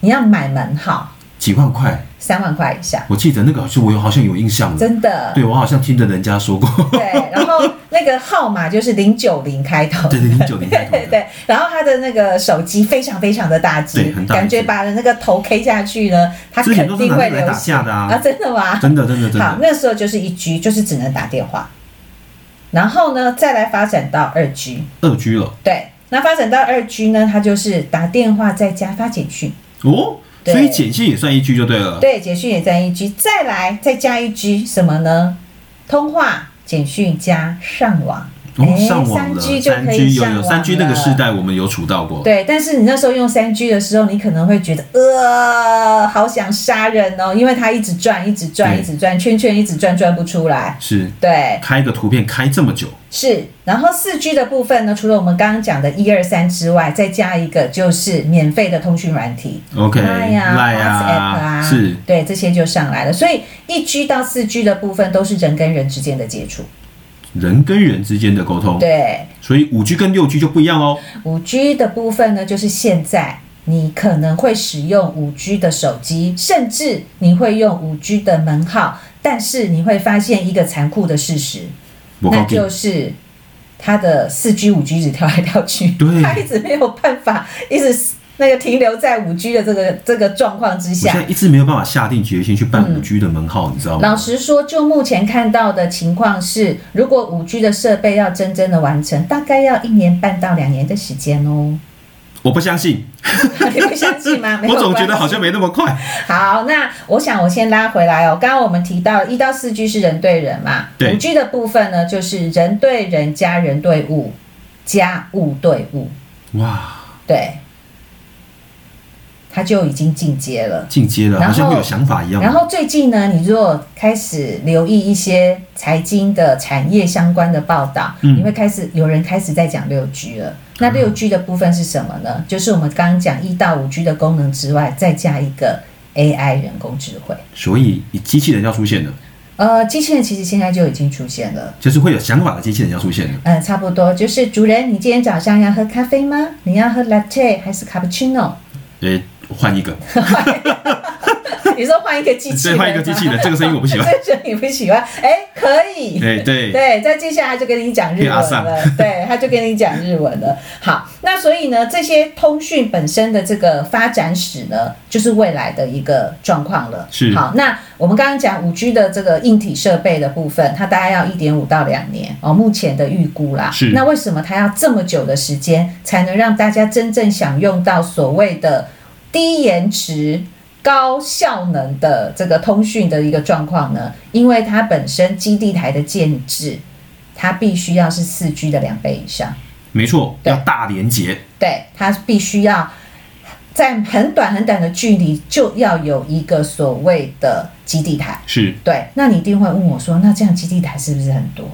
Speaker 1: 你要买门号
Speaker 2: 几万块，
Speaker 1: 三万块以上，
Speaker 2: 我记得那个好像我有好像有印象了。
Speaker 1: 真的。
Speaker 2: 对，我好像听着人家说过，
Speaker 1: 对，然后那个号码就是零九零开头。
Speaker 2: 对对，零九零开头
Speaker 1: 对
Speaker 2: 的，
Speaker 1: 对，然后他的那个手机非常非常的大只
Speaker 2: 对很，大
Speaker 1: 感觉
Speaker 2: 只
Speaker 1: 把那个头 K 下去呢，他
Speaker 2: 之前
Speaker 1: 肯
Speaker 2: 都是
Speaker 1: 定
Speaker 2: 拿
Speaker 1: 会
Speaker 2: 这个来
Speaker 1: 流
Speaker 2: 打
Speaker 1: 血
Speaker 2: 架的啊，
Speaker 1: 真的吗？
Speaker 2: 真的真的真
Speaker 1: 好
Speaker 2: 的，，
Speaker 1: 那时候就是一 G，就是只能打电话，然后呢，再来发展到二 G，
Speaker 2: 二 G 了
Speaker 1: 对，那发展到二 G 呢，它就是打电话再加发简讯，
Speaker 2: 哦，
Speaker 1: 对
Speaker 2: 所以简讯也算一 G 就对了。
Speaker 1: 对，简讯也在一 G，再来再加一 G 什么呢？通话、简讯加上网，
Speaker 2: 哦，
Speaker 1: 哎
Speaker 2: 上网了，
Speaker 1: 3G 就
Speaker 2: 三
Speaker 1: 可以
Speaker 2: G 有
Speaker 1: 上
Speaker 2: 有
Speaker 1: 网
Speaker 2: 三 G 那个
Speaker 1: 了
Speaker 2: 世代我们有处到过，
Speaker 1: 对，但是你那时候用三 G 的时候，你可能会觉得，呃，好想杀人哦，因为它一直转，一直转，
Speaker 2: 对
Speaker 1: 一直转，圈圈一直转，转不出来。
Speaker 2: 是
Speaker 1: 对，
Speaker 2: 开个图片开这么久，
Speaker 1: 是。然后四 G 的部分呢，除了我们刚刚讲的一二三之外，再加一个就是免费的通讯软体。
Speaker 2: OK，
Speaker 1: 赖呀、
Speaker 2: 赖呀、
Speaker 1: WhatsApp 啊，
Speaker 2: 是
Speaker 1: 对，这些就上来了。所以一 G 到四 G 的部分都是人跟人之间的接触。
Speaker 2: 人跟人之间的沟通，
Speaker 1: 对，
Speaker 2: 所以五 G 跟六 G 就不一样哦。
Speaker 1: 五 G 的部分呢，就是现在你可能会使用五 G 的手机，甚至你会用五 G 的门号，但是你会发现一个残酷的事实，
Speaker 2: 我
Speaker 1: 那
Speaker 2: 告诉你
Speaker 1: 就，是。它的四 G、五 G 一直跳来跳去，
Speaker 2: 对
Speaker 1: 它一直没有办法，一直那个停留在五 G 的这个这个状况之
Speaker 2: 我现
Speaker 1: 下。
Speaker 2: 在一直没有办法下定决心去办五 G 的门号，你知道吗？
Speaker 1: 嗯老实说，就目前看到的情况是，如果五 G 的设备要真正的完成，大概要一年半到两年的时间哦。
Speaker 2: 我不相信，
Speaker 1: 你会相信 吗？没有
Speaker 2: 我总觉
Speaker 1: 关系
Speaker 2: 得好像没那么快。
Speaker 1: 好，那我想我先拉回来哦。刚刚我们提到一到四 G 是人对人嘛，
Speaker 2: 对
Speaker 1: 五 G 的部分呢，就是人对人加人对物加物对物，
Speaker 2: 哇，
Speaker 1: 对，它就已经进阶了。
Speaker 2: 进阶了，
Speaker 1: 然后
Speaker 2: 好像会有想法一样。
Speaker 1: 然后最近呢，你如果开始留意一些财经的产业相关的报道，
Speaker 2: 嗯
Speaker 1: 你会开始有人开始在讲六 G 了。那六 G 的部分是什么呢？就是我们刚刚讲一到五 G 的功能之外，再加一个 AI 人工智慧。
Speaker 2: 所以机器人要出现了，
Speaker 1: 呃，机器人其实现在就已经出现了。
Speaker 2: 就是会有想法的机器人要出现了。
Speaker 1: 嗯，差不多就是主人，你今天早上要喝咖啡吗？你要喝 latte 还是 cappuccino？
Speaker 2: 诶，哎换一个，
Speaker 1: 你说换一个机器
Speaker 2: 再
Speaker 1: 人吗，
Speaker 2: 换一个机器人，这个声音我不喜欢。
Speaker 1: 这个你不喜欢？哎，可以。
Speaker 2: 诶，对，
Speaker 1: 对，再接下来就跟你讲日文
Speaker 2: 变阿桑
Speaker 1: 了，对，他就跟你讲日文了。好，那所以呢，这些通讯本身的这个发展史呢，就是未来的一个状况了。
Speaker 2: 是
Speaker 1: 好，那我们刚刚讲五 G 的这个硬体设备的部分，它大概要一点五到两年哦，目前的预估啦。
Speaker 2: 是
Speaker 1: 那为什么它要这么久的时间才能让大家真正享用到所谓的低延迟？高效能的这个通讯的一个状况呢，因为它本身基地台的建制，它必须要是四 G 的两倍以上，
Speaker 2: 没错，
Speaker 1: 对
Speaker 2: 要大连接，
Speaker 1: 对，它必须要在很短很短的距离就要有一个所谓的基地台。
Speaker 2: 是
Speaker 1: 对，那你一定会问我说，那这样基地台是不是很多？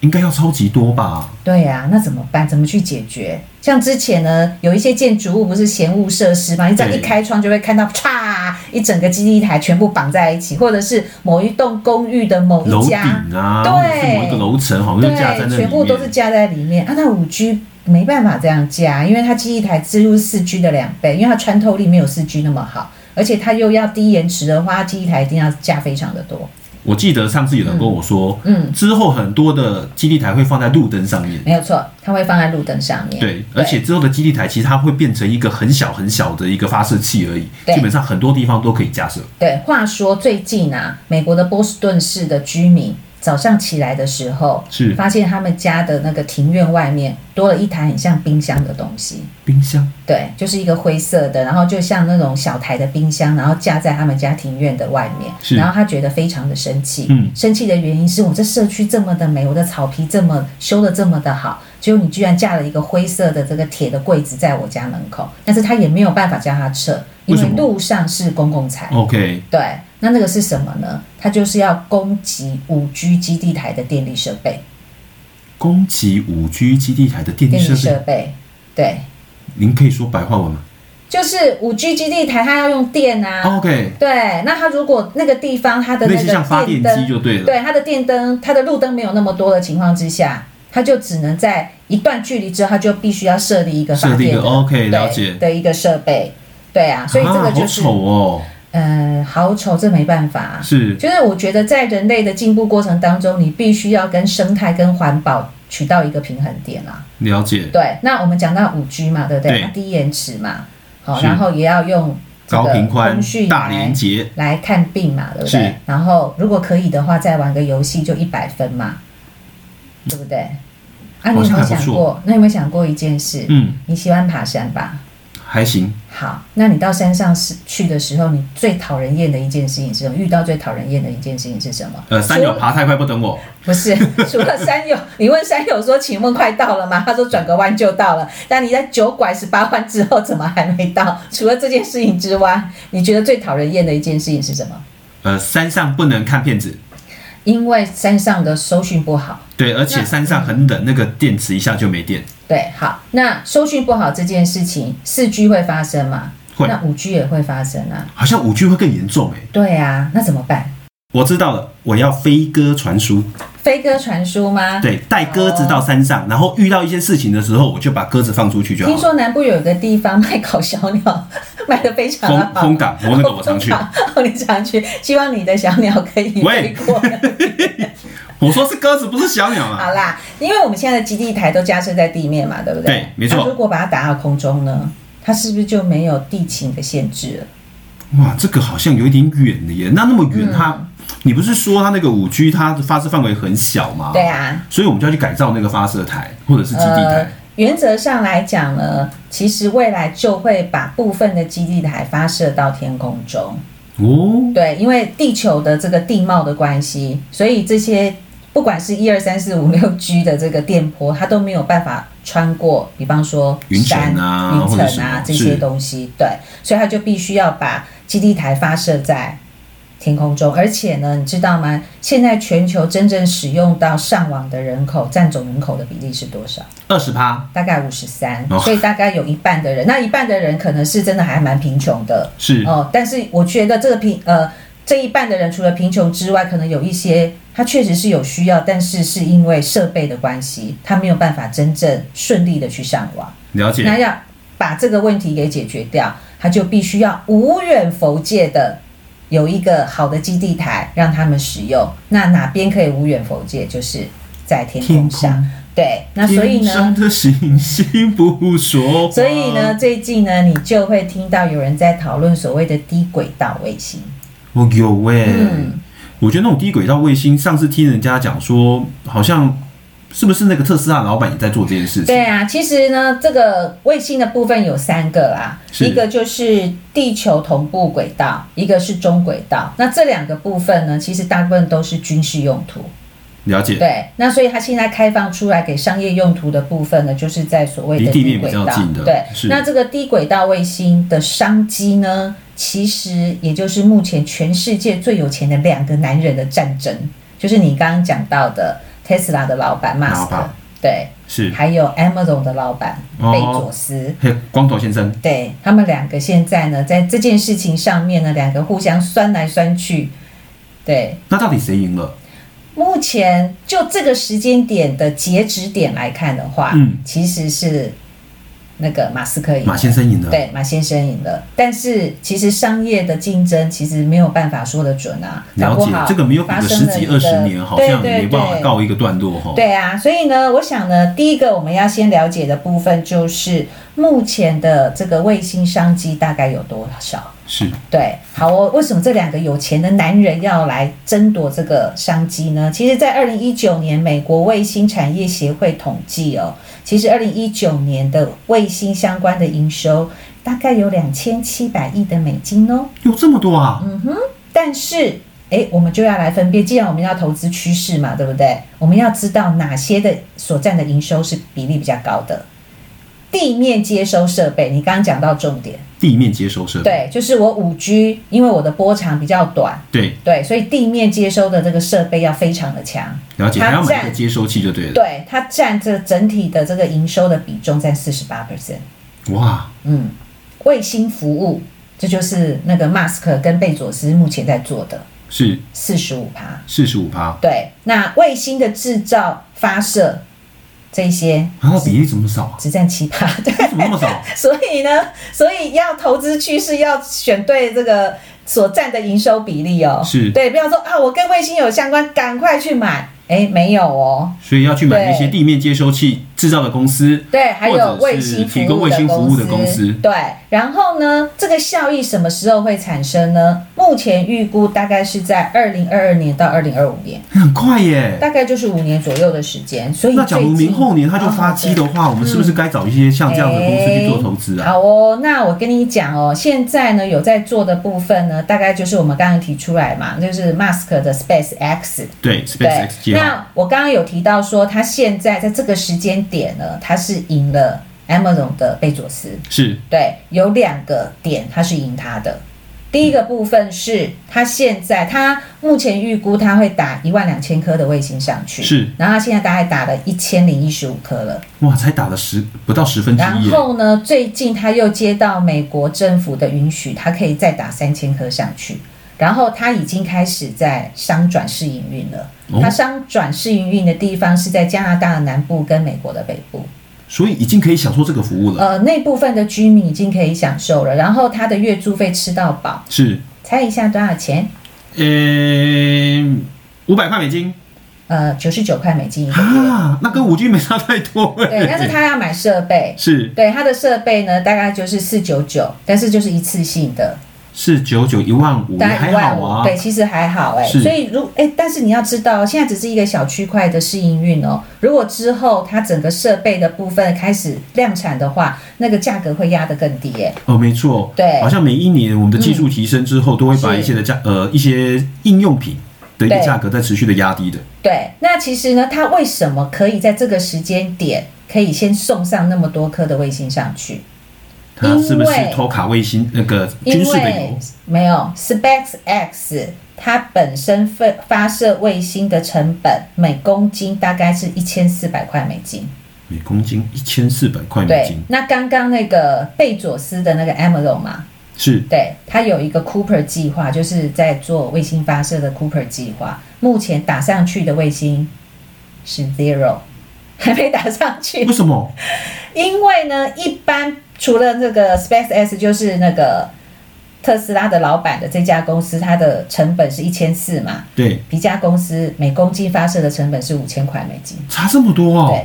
Speaker 2: 应该要超级多吧？
Speaker 1: 对呀、那怎么办？怎么去解决？像之前呢，有一些建筑物不是嫌物设施吗？你这样
Speaker 2: 对
Speaker 1: 一开窗就会看到，嚓，一整个基地台全部绑在一起，或者是某一栋公寓的某
Speaker 2: 楼
Speaker 1: 一
Speaker 2: 顶
Speaker 1: 家，
Speaker 2: 啊，
Speaker 1: 对
Speaker 2: 或者是某一个楼层，好像就架在那
Speaker 1: 对，
Speaker 2: 里面，
Speaker 1: 全部都是加在里面啊。那五 G 没办法这样加，因为它基地台植入四 G 的两倍，因为它穿透力没有四 G 那么好，而且它又要低延迟的话，它基地台一定要加非常的多。
Speaker 2: 我记得上次有人跟我说，
Speaker 1: 嗯
Speaker 2: 之后很多的基地台会放在路灯上面。
Speaker 1: 没有错，它会放在路灯上面。
Speaker 2: 对，而且之后的基地台其实它会变成一个很小很小的一个发射器而已，
Speaker 1: 对
Speaker 2: 基本上很多地方都可以架设。
Speaker 1: 对，话说最近啊，美国的波士顿市的居民早上起来的时候，
Speaker 2: 是
Speaker 1: 发现他们家的那个庭院外面多了一台很像冰箱的东西。
Speaker 2: 冰箱，
Speaker 1: 对，就是一个灰色的，然后就像那种小台的冰箱，然后架在他们家庭院的外面。
Speaker 2: 是
Speaker 1: 然后他觉得非常的生气。
Speaker 2: 嗯
Speaker 1: 生气的原因是我这社区这么的美，我的草皮这么修的这么的好，结果你居然架了一个灰色的这个铁的柜子在我家门口，但是他也没有办法叫他撤，因
Speaker 2: 为
Speaker 1: 为
Speaker 2: 什么
Speaker 1: 路上是公共财。
Speaker 2: OK，
Speaker 1: 对，那那个是什么呢？它就是要攻击五 G 基地台的电力设备，
Speaker 2: 攻击五 G 基地台的电力
Speaker 1: 电力
Speaker 2: 设
Speaker 1: 设
Speaker 2: 备，
Speaker 1: 备，对，
Speaker 2: 您可以说白话文吗、
Speaker 1: 就是五 G 基地台它要用电啊。
Speaker 2: o k
Speaker 1: 对，那它如果那个地方它的那
Speaker 2: 哦类似像发
Speaker 1: 个
Speaker 2: 电
Speaker 1: 电
Speaker 2: 机
Speaker 1: 灯，
Speaker 2: 就对了。
Speaker 1: 对它的电灯、它的路灯没有那么多的情况之下，它就只能在一段距离之后，它就必须要设立一个
Speaker 2: 设
Speaker 1: 发
Speaker 2: 定一
Speaker 1: 电
Speaker 2: 个
Speaker 1: 的
Speaker 2: OK，了
Speaker 1: 对
Speaker 2: 解。
Speaker 1: 的一个设备。对啊，所以这个
Speaker 2: 啊、好
Speaker 1: 就是、
Speaker 2: 丑哦，
Speaker 1: 呃，好丑，这没办法、啊
Speaker 2: 是
Speaker 1: 就是我觉得在人类的进步过程当中，你必须要跟生态跟环保取到一个平衡点啦、
Speaker 2: 了解。
Speaker 1: 对，那我们讲到五 G 嘛，对不对？
Speaker 2: 对
Speaker 1: 低延迟嘛，好，
Speaker 2: 是
Speaker 1: 然后也要用这
Speaker 2: 高
Speaker 1: 个
Speaker 2: 频宽
Speaker 1: 通讯、
Speaker 2: 大
Speaker 1: 来
Speaker 2: 连接，
Speaker 1: 来看病嘛，对不
Speaker 2: 是
Speaker 1: 对？然后如果可以的话，再玩个游戏就一百分嘛，对不对？啊，你
Speaker 2: 好
Speaker 1: 有
Speaker 2: 像
Speaker 1: 没有
Speaker 2: 还不
Speaker 1: 想
Speaker 2: 错
Speaker 1: 过？那有没有想过一件事？
Speaker 2: 嗯，
Speaker 1: 你喜欢爬山吧？
Speaker 2: 还行。
Speaker 1: 好，那你到山上是去的时候，你最讨人厌的一件事情是什么？遇到最讨人厌的一件事情是什么？
Speaker 2: 呃，三
Speaker 1: 除
Speaker 2: 友爬太快不等我，
Speaker 1: 不 是，除了山友，你问山友说：“请问快到了吗？”他说：“转个弯就到了。”但你在九拐十八弯之后，怎么还没到？除了这件事情之外，你觉得最讨人厌的一件事情是什么？
Speaker 2: 呃，山上不能看片子，
Speaker 1: 因为山上的收讯不好。
Speaker 2: 对，而且
Speaker 1: 那
Speaker 2: 山上很冷，那个电池一下就没电，
Speaker 1: 对，好，那收讯不好这件事情，四 G 会发生吗？
Speaker 2: 会
Speaker 1: 那五 G 也会发生啊。
Speaker 2: 好像五 G 会更严重哎。
Speaker 1: 对啊，那怎么办？
Speaker 2: 我知道了，我要飞鸽传书，
Speaker 1: 飞鸽传书吗？
Speaker 2: 对，带鸽子到山上，然后遇到一些事情的时候，我就把鸽子放出去就好
Speaker 1: 听
Speaker 2: 了。
Speaker 1: 说南部有一个地方卖烤小鸟，卖的非常的
Speaker 2: 风
Speaker 1: 好。
Speaker 2: 风港，我那个我 常去，
Speaker 1: 哦，你常去，希望你的小鸟可以
Speaker 2: 喂
Speaker 1: 飞过。
Speaker 2: 我说是鸽子，不是小鸟啊。
Speaker 1: 好啦， 因为我们现在的基地台都架设在地面嘛，对不对？
Speaker 2: 对没错
Speaker 1: 那如果把它打到空中呢，它是不是就没有地勤的限制了？
Speaker 2: 哇，这个好像有一点远了耶。那那么远，它，
Speaker 1: 嗯
Speaker 2: 你不是说它那个五 G 它的发射范围很小吗？
Speaker 1: 对啊，
Speaker 2: 所以我们就要去改造那个发射台或者是基地
Speaker 1: 呃
Speaker 2: 台。，
Speaker 1: 原则上来讲呢，其实未来就会把部分的基地台发射到天空中。
Speaker 2: 哦，
Speaker 1: 对，因为地球的这个地貌的关系，所以这些不管是一二三四五六 G 的这个电波，它都没有办法穿过，比方说
Speaker 2: 云层
Speaker 1: 山
Speaker 2: 啊
Speaker 1: 云
Speaker 2: 或者什
Speaker 1: 层
Speaker 2: 么
Speaker 1: 啊这
Speaker 2: 是
Speaker 1: 些东西。对，所以它就必须要把基地台发射在天空中，而且呢，你知道吗？现在全球真正使用到上网的人口占总人口的比例是多少？
Speaker 2: 二十趴
Speaker 1: 大概五十三
Speaker 2: 哦，
Speaker 1: 所以大概有一半的人，那一半的人可能是真的还蛮贫穷的，
Speaker 2: 是
Speaker 1: 哦，但是我觉得这个贫呃这一半的人除了贫穷之外，可能有一些他确实是有需要，但是是因为设备的关系，他没有办法真正顺利的去上网。
Speaker 2: 了解
Speaker 1: 那要把这个问题给解决掉，他就必须要无远佛界的。有一个好的基地台让他们使用，那哪边可以无远佛界？就是在天
Speaker 2: 天
Speaker 1: 空
Speaker 2: 空
Speaker 1: 上。对，那所以呢，
Speaker 2: 天上的星星不说话
Speaker 1: 所以呢，，最近呢，你就会听到有人在讨论所谓的低轨道卫星。
Speaker 2: 我哦有喂、
Speaker 1: 嗯
Speaker 2: 我觉得那种低轨道卫星，上次听人家讲说，好像是不是那个特斯拉老板也在做这件事情？
Speaker 1: 对啊，其实呢，这个卫星的部分有三个啦，
Speaker 2: 是
Speaker 1: 一个就是地球同步轨道，一个是中轨道。那这两个部分呢，其实大部分都是军事用途。
Speaker 2: 了解，
Speaker 1: 对，那所以它现在开放出来给商业用途的部分呢，就是在所谓
Speaker 2: 离
Speaker 1: 的
Speaker 2: 地面
Speaker 1: 低轨
Speaker 2: 比较
Speaker 1: 道。
Speaker 2: 近的
Speaker 1: 对
Speaker 2: 是，
Speaker 1: 那这个低轨道卫星的商机呢，其实也就是目前全世界最有钱的两个男人的战争，就是你刚刚讲到的 Tesla 的老板马斯
Speaker 2: 老
Speaker 1: 克
Speaker 2: 板，
Speaker 1: 对，
Speaker 2: 是
Speaker 1: 还有 Amazon 的老板
Speaker 2: 哦
Speaker 1: 贝佐斯。
Speaker 2: 嘿，光头先生，
Speaker 1: 对他们两个现在呢，在这件事情上面呢，两个互相酸来酸去。对，
Speaker 2: 那到底谁赢了？
Speaker 1: 目前就这个时间点的截止点来看的话，
Speaker 2: 嗯，
Speaker 1: 其实是那个马斯克赢了，
Speaker 2: 马先生赢了，
Speaker 1: 对马先生赢了。但是其实商业的竞争其实没有办法说得准啊，
Speaker 2: 了
Speaker 1: 搞不
Speaker 2: 解
Speaker 1: 好，
Speaker 2: 这个没有比
Speaker 1: 发
Speaker 2: 个
Speaker 1: 生
Speaker 2: 十
Speaker 1: 了
Speaker 2: 几
Speaker 1: 一
Speaker 2: 二十
Speaker 1: 个
Speaker 2: 年，好像
Speaker 1: 对对
Speaker 2: 没办法
Speaker 1: 对
Speaker 2: 告一个段落哈。
Speaker 1: 对啊，所以呢，我想呢，第一个我们要先了解的部分就是目前的这个卫星商机大概有多少。
Speaker 2: 是
Speaker 1: 对，好哦。为什么这两个有钱的男人要来争夺这个商机呢？其实，在二零一九年，美国卫星产业协会统计哦，其实二零一九年的卫星相关的营收大概有两千七百亿的美金哦。
Speaker 2: 有这么多啊？
Speaker 1: 嗯但是，诶，我们就要来分辨，既然我们要投资趋势嘛，对不对？我们要知道哪些的所占的营收是比例比较高的。地面接收设备，你刚刚讲到重点，
Speaker 2: 地面接收设备，
Speaker 1: 对，就是我五 G，因为我的波长比较短，
Speaker 2: 对，
Speaker 1: 对，所以地面接收的这个设备要非常的强，
Speaker 2: 了解，
Speaker 1: 它
Speaker 2: 还要买一
Speaker 1: 占
Speaker 2: 个接收器就对了。
Speaker 1: 对，它占这整体的这个营收的比重在四十八 percent。
Speaker 2: 哇，
Speaker 1: 嗯，卫星服务，这就是那个 Mask 跟贝佐斯目前在做的
Speaker 2: 是
Speaker 1: 四十五趴。
Speaker 2: 四十五趴，
Speaker 1: 对，那卫星的制造、发射这些
Speaker 2: 然后比例怎么少啊？
Speaker 1: 只占七趴， 对。
Speaker 2: 怎么那么少？
Speaker 1: 所以呢，所以要投资趋势，要选对这个所占的营收比例哦。
Speaker 2: 是
Speaker 1: 对，不要说啊，我跟卫星有相关，赶快去买。哎，没有哦。
Speaker 2: 所以要去买
Speaker 1: 对
Speaker 2: 那些地面接收器制造的公司，
Speaker 1: 对，还有
Speaker 2: 或者是
Speaker 1: 卫星服
Speaker 2: 提供
Speaker 1: 务
Speaker 2: 卫
Speaker 1: 的
Speaker 2: 星服
Speaker 1: 公
Speaker 2: 务
Speaker 1: 司
Speaker 2: 的公司
Speaker 1: 对，然后呢，这个效益什么时候会产生呢？目前预估大概是在二零二二年到二零二五年，
Speaker 2: 很快耶。
Speaker 1: 大概就是五年左右的时间。所以
Speaker 2: 那假如
Speaker 1: 最近哦嗯
Speaker 2: 明后年它就发机的话，我们是不是该找一些像这样的公司去做投资啊？
Speaker 1: 好哦，那我跟你讲哦，现在呢有在做的部分呢，大概就是我们刚刚提出来嘛，就是 Mask 的 Space X。
Speaker 2: 对
Speaker 1: 对
Speaker 2: ，SpaceX 计划
Speaker 1: 那我刚刚有提到说，它现在在这个时间点呢，它是赢了 Amazon 的贝佐斯。
Speaker 2: 是
Speaker 1: 对，有两个点它是赢它的。第一个部分是它现在，它目前预估它会打一万两千颗的卫星上去，
Speaker 2: 是，
Speaker 1: 然后它现在大概打了一千零一十五颗了。
Speaker 2: 哇，才打了十不到十分之
Speaker 1: 然
Speaker 2: 一耶，
Speaker 1: 后呢，最近他又接到美国政府的允许，他可以再打三千颗上去。然后他已经开始在商转试营运了。
Speaker 2: 哦
Speaker 1: 他商转试营运的地方是在加拿大的南部跟美国的北部，
Speaker 2: 所以已经可以享受这个服务了。
Speaker 1: 呃，那部分的居民已经可以享受了。然后他的月租费吃到饱，
Speaker 2: 是，
Speaker 1: 猜一下多少钱？
Speaker 2: 呃，五百块美金
Speaker 1: 呃，九十九块美金一个月。
Speaker 2: 啊，那跟五 G 没差太多耶。
Speaker 1: 对，但是他要买设备，
Speaker 2: 是
Speaker 1: 对他的设备呢，大概就是四九九，但是就是一次性的。
Speaker 2: 是九九一万五，也
Speaker 1: 大概
Speaker 2: 还
Speaker 1: 一万
Speaker 2: 好
Speaker 1: 五，
Speaker 2: 啊。
Speaker 1: 对，其实还好哎、
Speaker 2: 是
Speaker 1: 所以如哎、但是你要知道，现在只是一个小区块的试营运哦。如果之后它整个设备的部分开始量产的话，那个价格会压得更低哎、
Speaker 2: 哦，没错，
Speaker 1: 对
Speaker 2: 好像每一年我们的技术提升之后，都会把一些的价呃一些应用品的一个
Speaker 1: 嗯对
Speaker 2: 价格在持续的压低的。
Speaker 1: 对，那其实呢，它为什么可以在这个时间点可以先送上那么多颗的卫星上去？
Speaker 2: 它是不
Speaker 1: 因
Speaker 2: 是
Speaker 1: 为
Speaker 2: 偷卡卫星那个
Speaker 1: 因
Speaker 2: 军事的
Speaker 1: 为
Speaker 2: 油？
Speaker 1: 没有 SpaceX 它本身发发射卫星的成本每公斤大概是一千四百块美金。
Speaker 2: 每公斤一千四百块美
Speaker 1: 对
Speaker 2: 金，，
Speaker 1: 那刚刚那个贝佐斯的那个 Amazon 嘛，
Speaker 2: 是
Speaker 1: 对，它有一个 Cooper 计划，就是在做卫星发射的 Cooper 计划。目前打上去的卫星是 zero，还没打上 去
Speaker 2: 为，什么？
Speaker 1: 因为呢，一般除了那个 SpaceX，就是那个特斯拉的老板的这家公司，它的成本是一千四嘛，
Speaker 2: 对，
Speaker 1: 别家公司每公斤发射的成本是五千块美金，
Speaker 2: 差这么多
Speaker 1: 对
Speaker 2: 哦，。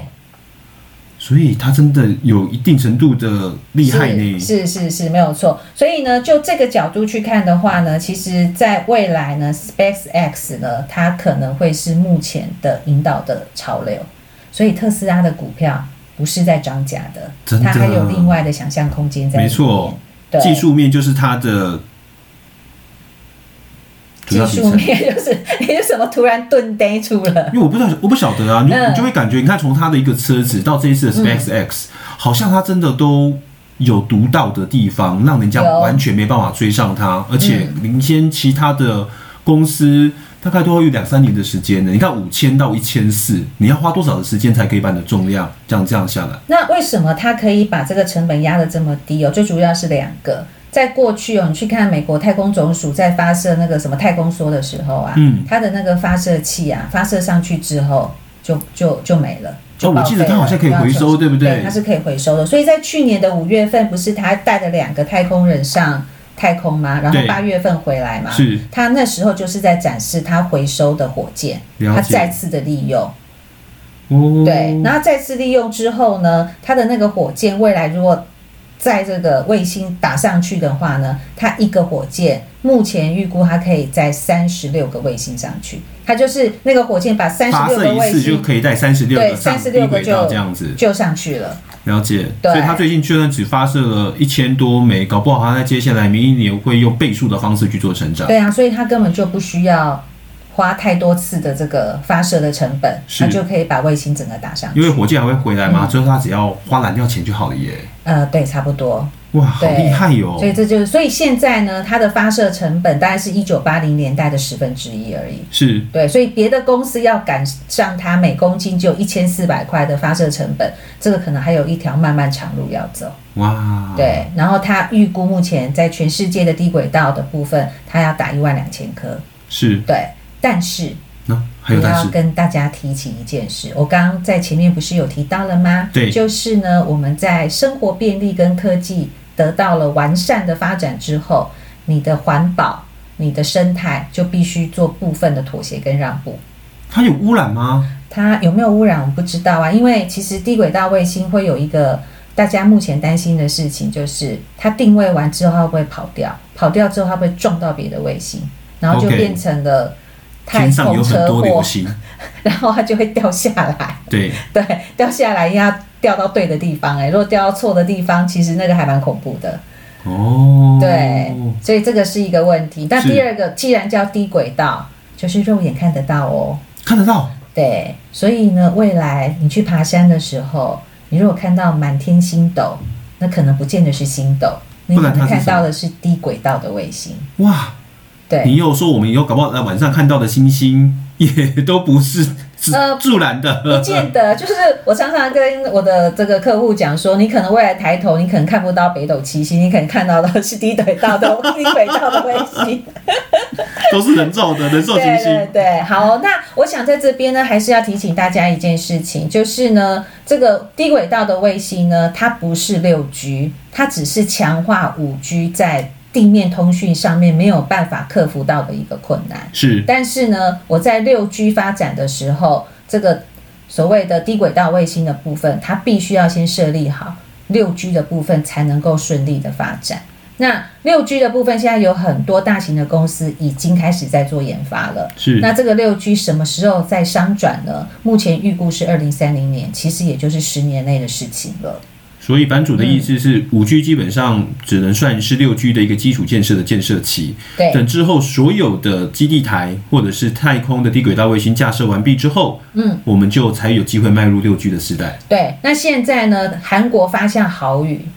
Speaker 2: 所以它真的有一定程度的厉害呢。
Speaker 1: 是是是是，没有错。所以呢，就这个角度去看的话呢，其实在未来呢，SpaceX 呢，它可能会是目前的引导的潮流。所以特斯拉的股票不是在涨价的，
Speaker 2: 真的
Speaker 1: 它还有另外的想象空间在里
Speaker 2: 没
Speaker 1: 面。
Speaker 2: 错，
Speaker 1: 对，
Speaker 2: 技术面就是它的主
Speaker 1: 技
Speaker 2: 要提
Speaker 1: 术
Speaker 2: 升。
Speaker 1: 面就是 你是什么突然顿呆住了？
Speaker 2: 因为我不知道，我不晓得啊，你
Speaker 1: 嗯
Speaker 2: 你就会感觉，你看从他的一个车子到这一次的 SpaceX，、好像他真的都有独到的地方，让人家
Speaker 1: 有嗯
Speaker 2: 完全没办法追上他，而且领先其他的公司大概都要有两三年的时间呢。你看五千到一千四，你要花多少的时间才可以把你的重量这样这样下来？
Speaker 1: 那为什么它可以把这个成本压得这么低哦？最主要是两个，在过去哦，你去看美国太空总署在发射那个什么太空梭的时候啊，
Speaker 2: 嗯
Speaker 1: 它的那个发射器啊，发射上去之后就就就没了。就
Speaker 2: 哦
Speaker 1: 报
Speaker 2: 我记得
Speaker 1: 废了
Speaker 2: 它好像可以回收对不对
Speaker 1: 对？它是可以回收的。所以在去年的五月份，不是他带了两个太空人上太空吗？然后
Speaker 2: 对
Speaker 1: 八月份回来嘛。
Speaker 2: 是
Speaker 1: 他那时候就是在展示他回收的火箭，
Speaker 2: 了
Speaker 1: 他
Speaker 2: 解
Speaker 1: 再次的利用。
Speaker 2: 哦，
Speaker 1: 对，然后再次利用之后呢，它的那个火箭未来如果在这个卫星打上去的话呢，它一个火箭目前预估它可以在三十六个卫星上去，它就是那个火箭把三十
Speaker 2: 发
Speaker 1: 六
Speaker 2: 射
Speaker 1: 个
Speaker 2: 一
Speaker 1: 卫
Speaker 2: 次就
Speaker 1: 星
Speaker 2: 可以带三十六
Speaker 1: 对
Speaker 2: 个上低
Speaker 1: 36个
Speaker 2: 轨道
Speaker 1: 就
Speaker 2: 这样子，
Speaker 1: 就上去了。
Speaker 2: 了解，
Speaker 1: 对
Speaker 2: 所以他最近就算只发射了一千多枚，搞不好他在接下来明一年会用倍数的方式去做成长。
Speaker 1: 对啊，所以它根本就不需要花太多次的这个发射的成本，
Speaker 2: 是
Speaker 1: 它就可以把卫星整个打上去。
Speaker 2: 因为火箭还会回来
Speaker 1: 嗯
Speaker 2: 嘛，所以它只要花燃料钱就好了耶。
Speaker 1: 呃，对，差不多。
Speaker 2: 哇，好
Speaker 1: 对
Speaker 2: 厉害哦哟、
Speaker 1: 所以这就是，所以现在呢，它的发射成本大概是一九八零年代的十分之一而已。
Speaker 2: 是
Speaker 1: 对，所以别的公司要赶上它每公斤就一千四百块的发射成本，这个可能还有一条漫漫长路要走。
Speaker 2: 啊哇，，
Speaker 1: 对，然后它预估目前在全世界的低轨道的部分，它要打一万两千颗。
Speaker 2: 是
Speaker 1: 对，但是
Speaker 2: 那、还有
Speaker 1: 我
Speaker 2: 但
Speaker 1: 要
Speaker 2: 是
Speaker 1: 跟大家提起一件事，我刚刚在前面不是有提到了吗？
Speaker 2: 对
Speaker 1: 就是呢，我们在生活便利跟科技得到了完善的发展之后，你的环保、你的生态就必须做部分的妥协跟让步。
Speaker 2: 它有污染吗？
Speaker 1: 它有没有污染，我不知道啊，因为其实低轨道卫星会有一个大家目前担心的事情，就是它定位完之后它会不会跑掉？跑掉之后它会不会撞到别的卫星，然后就
Speaker 2: OK
Speaker 1: 变成了太
Speaker 2: 天上有
Speaker 1: 空
Speaker 2: 很
Speaker 1: 车
Speaker 2: 多流
Speaker 1: 祸，
Speaker 2: 星，
Speaker 1: 然后它就会掉下来。
Speaker 2: 对，
Speaker 1: 对，掉下来要掉到对的地方、哎，如果掉到错的地方，其实那个还蛮恐怖的。
Speaker 2: 哦，
Speaker 1: 对，所以这个是一个问题。那
Speaker 2: 是
Speaker 1: 第二个，既然叫低轨道，就是肉眼看得到哦。
Speaker 2: 看得到，
Speaker 1: 对，所以呢，未来你去爬山的时候，你如果看到满天星斗，那可能不见得是星斗，你
Speaker 2: 不
Speaker 1: 可
Speaker 2: 然它
Speaker 1: 能
Speaker 2: 是
Speaker 1: 看
Speaker 2: 什么
Speaker 1: 到的是低轨道的卫星。
Speaker 2: 哇，你
Speaker 1: 对，
Speaker 2: 又说我们以后搞不好呃晚上看到的星星 也都不是自
Speaker 1: 呃
Speaker 2: 助燃的，
Speaker 1: 不见得。就是我常常跟我的这个客户讲说，你可能未来抬头，你可能看不到北斗七星，你可能看到的是低轨道的 低轨道的卫星。
Speaker 2: 都是人造的人造
Speaker 1: 对
Speaker 2: 行
Speaker 1: 对
Speaker 2: 星。
Speaker 1: 对，好，那我想在这边呢，还是要提醒大家一件事情，就是呢，这个低轨道的卫星呢，它不是六 G，它只是强化五 G 在地面通讯上面没有办法克服到的一个困难。
Speaker 2: 是
Speaker 1: 但是呢，我在六 G 发展的时候，这个所谓的低轨道卫星的部分，它必须要先设立好六 G 的部分，才能够顺利的发展。那六 G 的部分，现在有很多大型的公司已经开始在做研发了。
Speaker 2: 是
Speaker 1: 那这个六 G 什么时候再商转呢？目前预估是二零三零年，其实也就是十年内的事情了。
Speaker 2: 所以版主的意
Speaker 1: 嗯
Speaker 2: 思是，五 G 基本上只能算是六 G 的一个基础建设的建设期。
Speaker 1: 对，
Speaker 2: 等之后所有的基地台或者是太空的低轨道卫星架设完毕之后，
Speaker 1: 嗯，
Speaker 2: 我们就才有机会迈入六 G 的时代。
Speaker 1: 对，那现在呢？韩国发下豪语，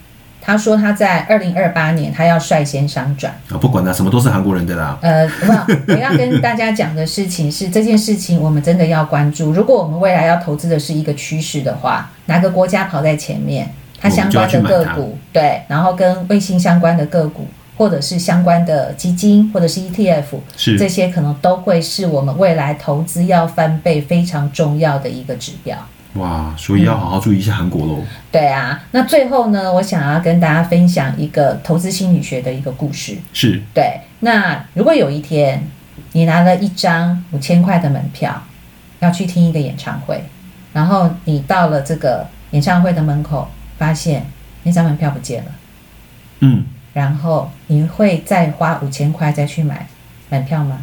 Speaker 1: 他说他在二零二八年他要率先商转。
Speaker 2: 啊，不管啦，什么都是韩国人的啦。
Speaker 1: 呃，不，我要跟大家讲的事情是，这件事情我们真的要关注。如果我们未来要投资的是一个趋势的话，哪个国家跑在前面，它相关的个股，对，然后跟卫星相关的个股，或者是相关的基金，或者是 ETF，
Speaker 2: 是
Speaker 1: 这些可能都会是我们未来投资要翻倍非常重要的一个指标。
Speaker 2: 哇，所以要好好注意一下韩国喽。
Speaker 1: 对啊，那最后呢，我想要跟大家分享一个投资心理学的一个故事。
Speaker 2: 是
Speaker 1: 对，那如果有一天你拿了一张五千块的门票，要去听一个演唱会，然后你到了这个演唱会的门口，发现那张门票不见了，
Speaker 2: 嗯，
Speaker 1: 然后你会再花五千块再去买门票吗？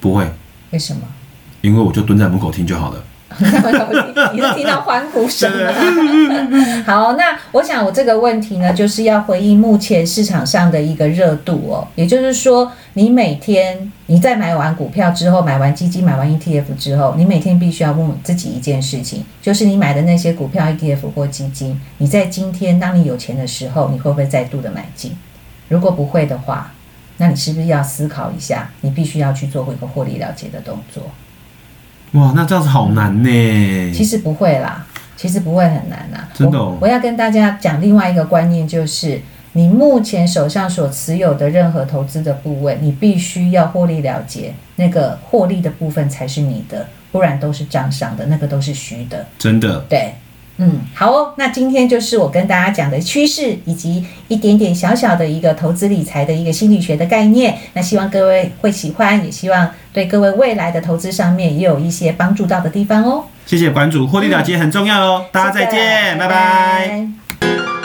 Speaker 2: 不会，
Speaker 1: 为什么？
Speaker 2: 因为我就蹲在门口听就好了。
Speaker 1: 你是听到欢呼声吗？ 好，那我想我这个问题呢，就是要回应目前市场上的一个热度哦，也就是说，你每天你在买完股票之后，买完基金、买完 ETF 之后，你每天必须要问自己一件事情，就是你买的那些股票、ETF 或基金，你在今天当你有钱的时候，你会不会再度的买进？如果不会的话，那你是不是要思考一下，你必须要去做一个获利了结的动作？
Speaker 2: 哇，那这样子好难呢。
Speaker 1: 其实不会啦，其实不会很难啦。
Speaker 2: 嗯真的哦
Speaker 1: 我，我要跟大家讲另外一个观念，就是你目前手上所持有的任何投资的部位，你必须要获利了结，那个获利的部分才是你的，不然都是账上的，那个都是虚的。
Speaker 2: 真的，
Speaker 1: 对，嗯，好哦。那今天就是我跟大家讲的趋势，以及一点点小小的一个投资理财的一个心理学的概念。那希望各位会喜欢，也希望对各位未来的投资上面也有一些帮助到的地方哦。嗯
Speaker 2: 谢谢馆主，获利了结很重要哦，大家再
Speaker 1: 是的
Speaker 2: 见，拜拜。